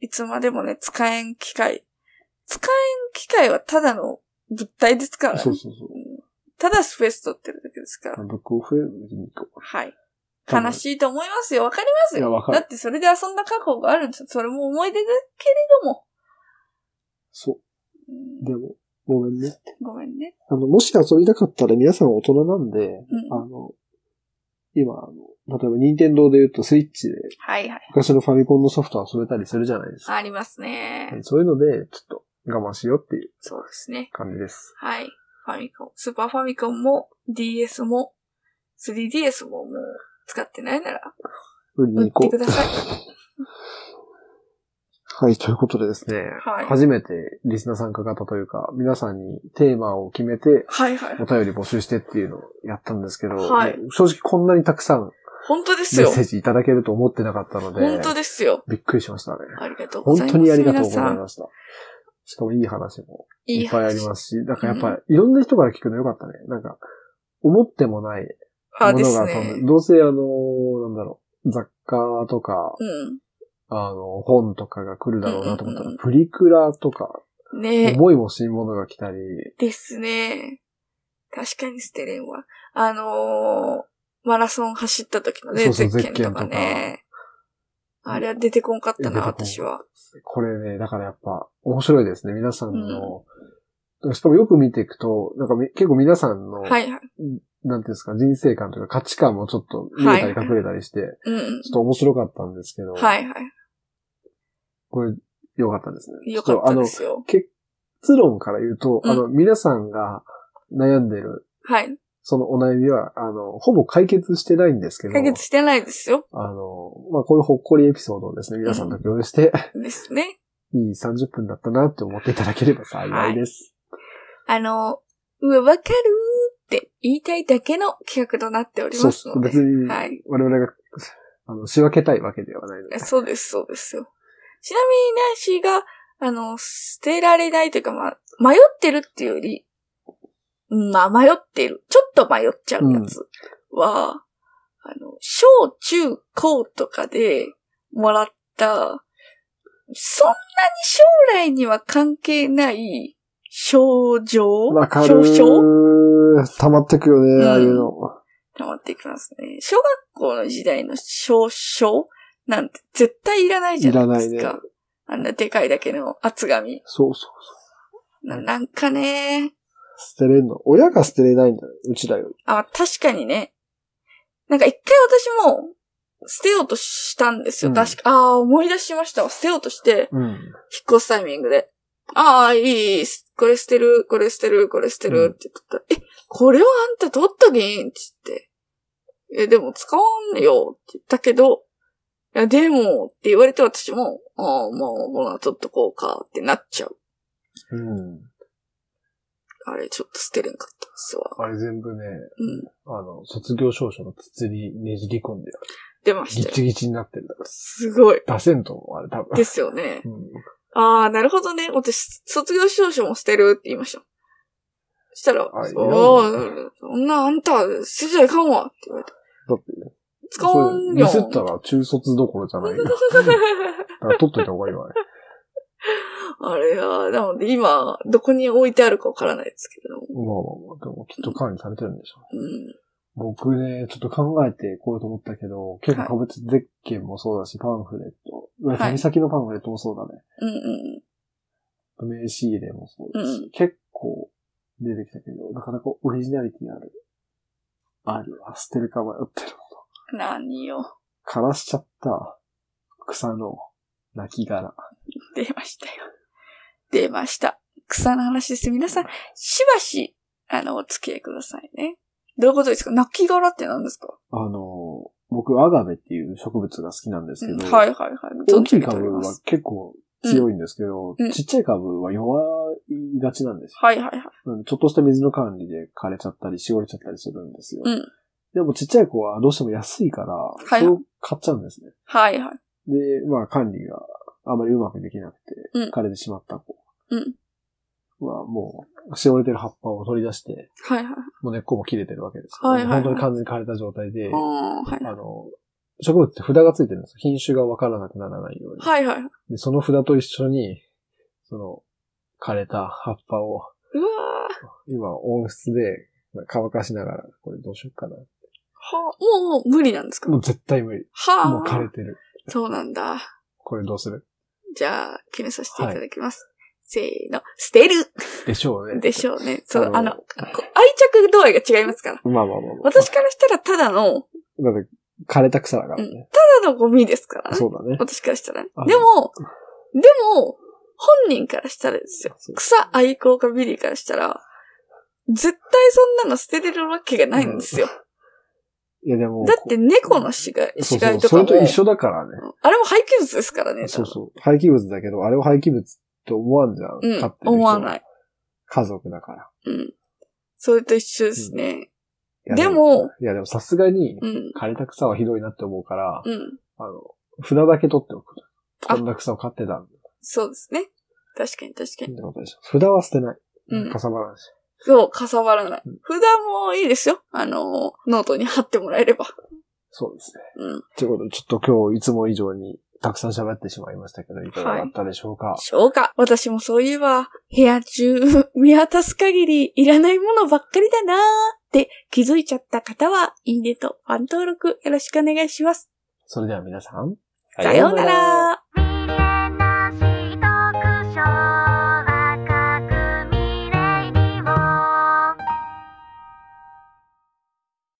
Speaker 2: いつまでもね、使えん機械。使えん機械はただの物体ですから、ね
Speaker 1: そうそうそう。
Speaker 2: ただスペース取ってるだけですから。
Speaker 1: ブックオフ見に行こ
Speaker 2: はい。
Speaker 1: 多分
Speaker 2: 悲しいと思いますよ。わかります
Speaker 1: う。いや、
Speaker 2: よ。
Speaker 1: わか
Speaker 2: だ
Speaker 1: る。
Speaker 2: ってそれで遊んだ過去があるんですそれも思い出だけれども。
Speaker 1: そうう。
Speaker 2: ん
Speaker 1: でも、ごめんね。
Speaker 2: ごめんね。
Speaker 1: あの、もし遊びたかったら皆さん大人なんで、
Speaker 2: うん
Speaker 1: あの、今、あの例えば任天堂で言うとスイッチで
Speaker 2: はいはい。
Speaker 1: 昔のファミコンのソフト遊べたりするじゃないですか。
Speaker 2: ありますね。
Speaker 1: そういうので、ちょっと我慢しようっていう
Speaker 2: そうですね。
Speaker 1: 感じです。
Speaker 2: はい。ファミコン。スーパーファミコンも DS も 3DS ももう使ってないなら
Speaker 1: 売り
Speaker 2: 売
Speaker 1: に
Speaker 2: っ
Speaker 1: 行
Speaker 2: て
Speaker 1: こう
Speaker 2: く。ださい。
Speaker 1: はい、ということでですね、
Speaker 2: はい
Speaker 1: 初めてリスナー参加型というか、皆さんにテーマを決めて、
Speaker 2: はいはい
Speaker 1: (laughs) お。便り募集してっていうのをやったんですけど、
Speaker 2: はい
Speaker 1: もう正直こんなにたくさん
Speaker 2: 本当です
Speaker 1: メッ
Speaker 2: よ。
Speaker 1: セージいただけると思ってなかったので、
Speaker 2: 本当ですよ。
Speaker 1: びっくりしましたね。
Speaker 2: ありがとう
Speaker 1: 本
Speaker 2: ございます。
Speaker 1: 当にありがとうござい
Speaker 2: 皆さん
Speaker 1: ました。しかもいい話も
Speaker 2: い
Speaker 1: い
Speaker 2: い
Speaker 1: っぱいあり
Speaker 2: 話。
Speaker 1: ますし、なんかやっぱいろんな人から聞くのよかったね。なんか、思ってもない
Speaker 2: あ、
Speaker 1: も
Speaker 2: で
Speaker 1: の
Speaker 2: す
Speaker 1: が飛んで
Speaker 2: ね。
Speaker 1: どうせあの、なんだろう、雑貨とか、
Speaker 2: う
Speaker 1: あの、本とかが来るだろうなと思った
Speaker 2: うんうん
Speaker 1: ら、
Speaker 2: うん
Speaker 1: プリクラとか、
Speaker 2: ん。ね
Speaker 1: 思いもしんものが来たり、
Speaker 2: ですね。確かに捨てれんわ。あのー、マラソン走った時のね、
Speaker 1: そうそう
Speaker 2: ゼッケンとかね。あれは出てこんかった
Speaker 1: 出て
Speaker 2: な、
Speaker 1: こん
Speaker 2: 私は。
Speaker 1: これね、だからやっぱ面白いですね、皆さんの。しかもよく見ていくと、なんかみ結構皆さんの、
Speaker 2: はいはい。
Speaker 1: なんていうんですか、人生観というか価値観もちょっと見えたり
Speaker 2: はい
Speaker 1: 隠れたりして、
Speaker 2: うんうん。
Speaker 1: ちょっと面白かったんですけど、
Speaker 2: はいは
Speaker 1: これ、良かったですね。
Speaker 2: い。よか
Speaker 1: ちょと
Speaker 2: っ
Speaker 1: あ
Speaker 2: た
Speaker 1: の
Speaker 2: で、すよ。
Speaker 1: 結論から言うと、
Speaker 2: うん
Speaker 1: あの、皆さんが悩んでる、
Speaker 2: はい。
Speaker 1: そのお悩みは、あの、ほぼ解決してないんですけど、
Speaker 2: 解決してないですよ。
Speaker 1: あの、まあ、こういうほっこりエピソードをですね、皆さんと共有して、
Speaker 2: ですね。
Speaker 1: いい30分だったなって思っていただければ幸いです。
Speaker 2: あの、うわ、わかるーって言いたいだけの企画となっており
Speaker 1: そう
Speaker 2: ます
Speaker 1: そう、
Speaker 2: ので。
Speaker 1: 別に、
Speaker 2: はい。
Speaker 1: 我々が、あの、仕分けたいわけではないので。
Speaker 2: そうです、そうですよ。ちなみに、ナンシーが、あの、捨てられないというか、まあ、迷ってるっていうより、うんまあ、迷ってる。ちょっと迷っちゃうやつは、あの、小中高とかでもらった、そんなに将来には関係ない症状
Speaker 1: わかる
Speaker 2: 症状
Speaker 1: ー。溜まってくよね、
Speaker 2: うん
Speaker 1: ああいうの。
Speaker 2: 溜まっていきますね。小学校の時代の少々なんて絶対いらないじゃないです
Speaker 1: い
Speaker 2: か。
Speaker 1: らないね
Speaker 2: あんなでかいだけの厚紙。
Speaker 1: そうそうそう。
Speaker 2: ななんかね。
Speaker 1: 捨てれんの。親が捨てれないんだよ、うちらより。
Speaker 2: あ、確かにね。なんか一回私も捨てようとしたんですよ。
Speaker 1: うん
Speaker 2: 確か、ああ、思い出しましたわ。捨てようとして、
Speaker 1: うん。
Speaker 2: 引っ越すタイミングで。ああ、いいいい、これ捨てる、これ捨てる、これ捨て
Speaker 1: うん
Speaker 2: るって言ったら、え、これはあんた取っとけんって言って。え、でも使わんよって言ったけど、いや、でもって言われて私も、ああ、まあ、ほら、取っとこうかってなっちゃう。
Speaker 1: うん。
Speaker 2: あれ、ちょっと捨てれんかったですわ。
Speaker 1: あれ全部ね、
Speaker 2: うん。
Speaker 1: あの、卒業証書のつづりねじり込んで、
Speaker 2: 出ま
Speaker 1: ギ
Speaker 2: したよ。
Speaker 1: チギチになってるんだか
Speaker 2: すごい。
Speaker 1: ら。出せんと思う、あれ多分。
Speaker 2: ですよね。
Speaker 1: うん。
Speaker 2: ああ、なるほどね。私、卒業証書も捨てるって言いました。そしたら、
Speaker 1: あいいよ
Speaker 2: おーそんなあんた捨てちゃいかんわって言われて。
Speaker 1: だってね、
Speaker 2: 使わん
Speaker 1: ミ
Speaker 2: よ。
Speaker 1: スったら中卒どころじゃないよ。だから取っといた方がいいわね。
Speaker 2: (laughs) あれや、なので今、どこに置いてあるかわからないですけれども。
Speaker 1: まあまあまあ、でもきっと管理されてるんでしょう。
Speaker 2: うん。
Speaker 1: 僕ね、ちょっと考えていこうと思ったけど、結構被ってゼッケンもそうだし、パンフレット。
Speaker 2: い
Speaker 1: 旅先のパンフレットもそうだね。
Speaker 2: うんうん。
Speaker 1: 名刺入れもそうだし、
Speaker 2: う
Speaker 1: 結構出てきたけど、なかなかオリジナリティある。あるわ、捨てるか迷ってる。
Speaker 2: 何よ。
Speaker 1: 枯らしちゃった草の亡き殻。
Speaker 2: 出ましたよ。出ました。草の話です。皆さん、しばし、あの、お付き合いくださいね。どういうことですか泣き殻って何ですか、
Speaker 1: あの、僕、アガベっていう植物が好きなんです
Speaker 2: う
Speaker 1: け
Speaker 2: ん、
Speaker 1: ど、
Speaker 2: はいはいはい。
Speaker 1: 大きい
Speaker 2: 存じ上げており
Speaker 1: 株
Speaker 2: ま
Speaker 1: は
Speaker 2: す
Speaker 1: 結構強いんですけど、
Speaker 2: うんうん
Speaker 1: ちっちゃい株は弱いがちなんですよ
Speaker 2: はいはいはい。
Speaker 1: なんでちょっとした水の管理で枯れちゃったり、しおれちゃったりするんですよ。
Speaker 2: うん
Speaker 1: でもちっちゃい子はどうしても安いから、
Speaker 2: い
Speaker 1: それを買っちゃうんですね。
Speaker 2: はいはい。
Speaker 1: で、まあ管理があまりうまくできなくて、
Speaker 2: うん
Speaker 1: 枯れてしまった子
Speaker 2: うん。
Speaker 1: はもう、しおれてる葉っぱを取り出して、
Speaker 2: はいはい。
Speaker 1: もう根っこも切れてるわけですよ。
Speaker 2: はいはいはい
Speaker 1: 本当に完全に枯れた状態で、
Speaker 2: ああ、はい。
Speaker 1: あの、植物って札がついてるんですよ。品種がわからなくならないように。
Speaker 2: はいはい。
Speaker 1: で、その札と一緒に、その、枯れた葉っぱを、
Speaker 2: うわー
Speaker 1: 今、温室で乾かしながら、これどうしようかな。
Speaker 2: はあ、もう、もう無理なんですか
Speaker 1: もう絶対無理。
Speaker 2: はあ。
Speaker 1: もう枯れてる。
Speaker 2: そうなんだ。
Speaker 1: これどうする
Speaker 2: じゃあ、決めさせていただきます。せーの、捨てる
Speaker 1: でしょうね。
Speaker 2: でしょうね。そう、
Speaker 1: あ
Speaker 2: あ
Speaker 1: の
Speaker 2: の、こ愛着度合いが違いますから。
Speaker 1: まあまあまあまあ。
Speaker 2: 私からしたらただの、
Speaker 1: だって、枯れた草だからね。
Speaker 2: ただのゴミですからね。
Speaker 1: そうだね。
Speaker 2: 私からしたらね
Speaker 1: あ。の
Speaker 2: でも、でも、本人からしたらですよ。
Speaker 1: そう
Speaker 2: 草愛好家ビリーからしたら、絶対そんなの捨てれるわけがないんですよ。
Speaker 1: いやでも、
Speaker 2: だって猫の死骸、
Speaker 1: そ
Speaker 2: 死
Speaker 1: うそ
Speaker 2: 骸
Speaker 1: う、
Speaker 2: と
Speaker 1: そ
Speaker 2: か
Speaker 1: れ
Speaker 2: も。
Speaker 1: と一緒だからね。
Speaker 2: あれも廃棄物ですからね。
Speaker 1: そうそう。廃棄物だけど、あれを廃棄物と思わんじゃん。
Speaker 2: う
Speaker 1: 飼っ
Speaker 2: ん
Speaker 1: て、る人
Speaker 2: 思わない。
Speaker 1: 家族だから。
Speaker 2: うん。それと一緒ですね。
Speaker 1: いや
Speaker 2: で、も、
Speaker 1: いやでもさすがに、
Speaker 2: うん、
Speaker 1: 枯れた草はひどいなって思うから、
Speaker 2: うん。
Speaker 1: あの、札だけ取っておく。
Speaker 2: あ
Speaker 1: こんな草を飼ってたんだ。
Speaker 2: そうですね。確かに確か
Speaker 1: っ
Speaker 2: に。
Speaker 1: てことでしょ。札は捨てない。
Speaker 2: うん
Speaker 1: かさばらないし。
Speaker 2: そう、かさばらない。
Speaker 1: うん
Speaker 2: 札もいいですよ。あの、ノートに貼ってもらえれば。
Speaker 1: そうですね。
Speaker 2: うん。
Speaker 1: ということで、ちょっと今日いつも以上にたくさん喋ってしまいましたけど、いかがだったでしょうか、
Speaker 2: そうか。私もそういえば、部屋中、見渡す限りいらないものばっかりだなーって気づいちゃった方は、いいねとファン登録よろしくお願いします。
Speaker 1: それでは皆さん、
Speaker 2: さようなら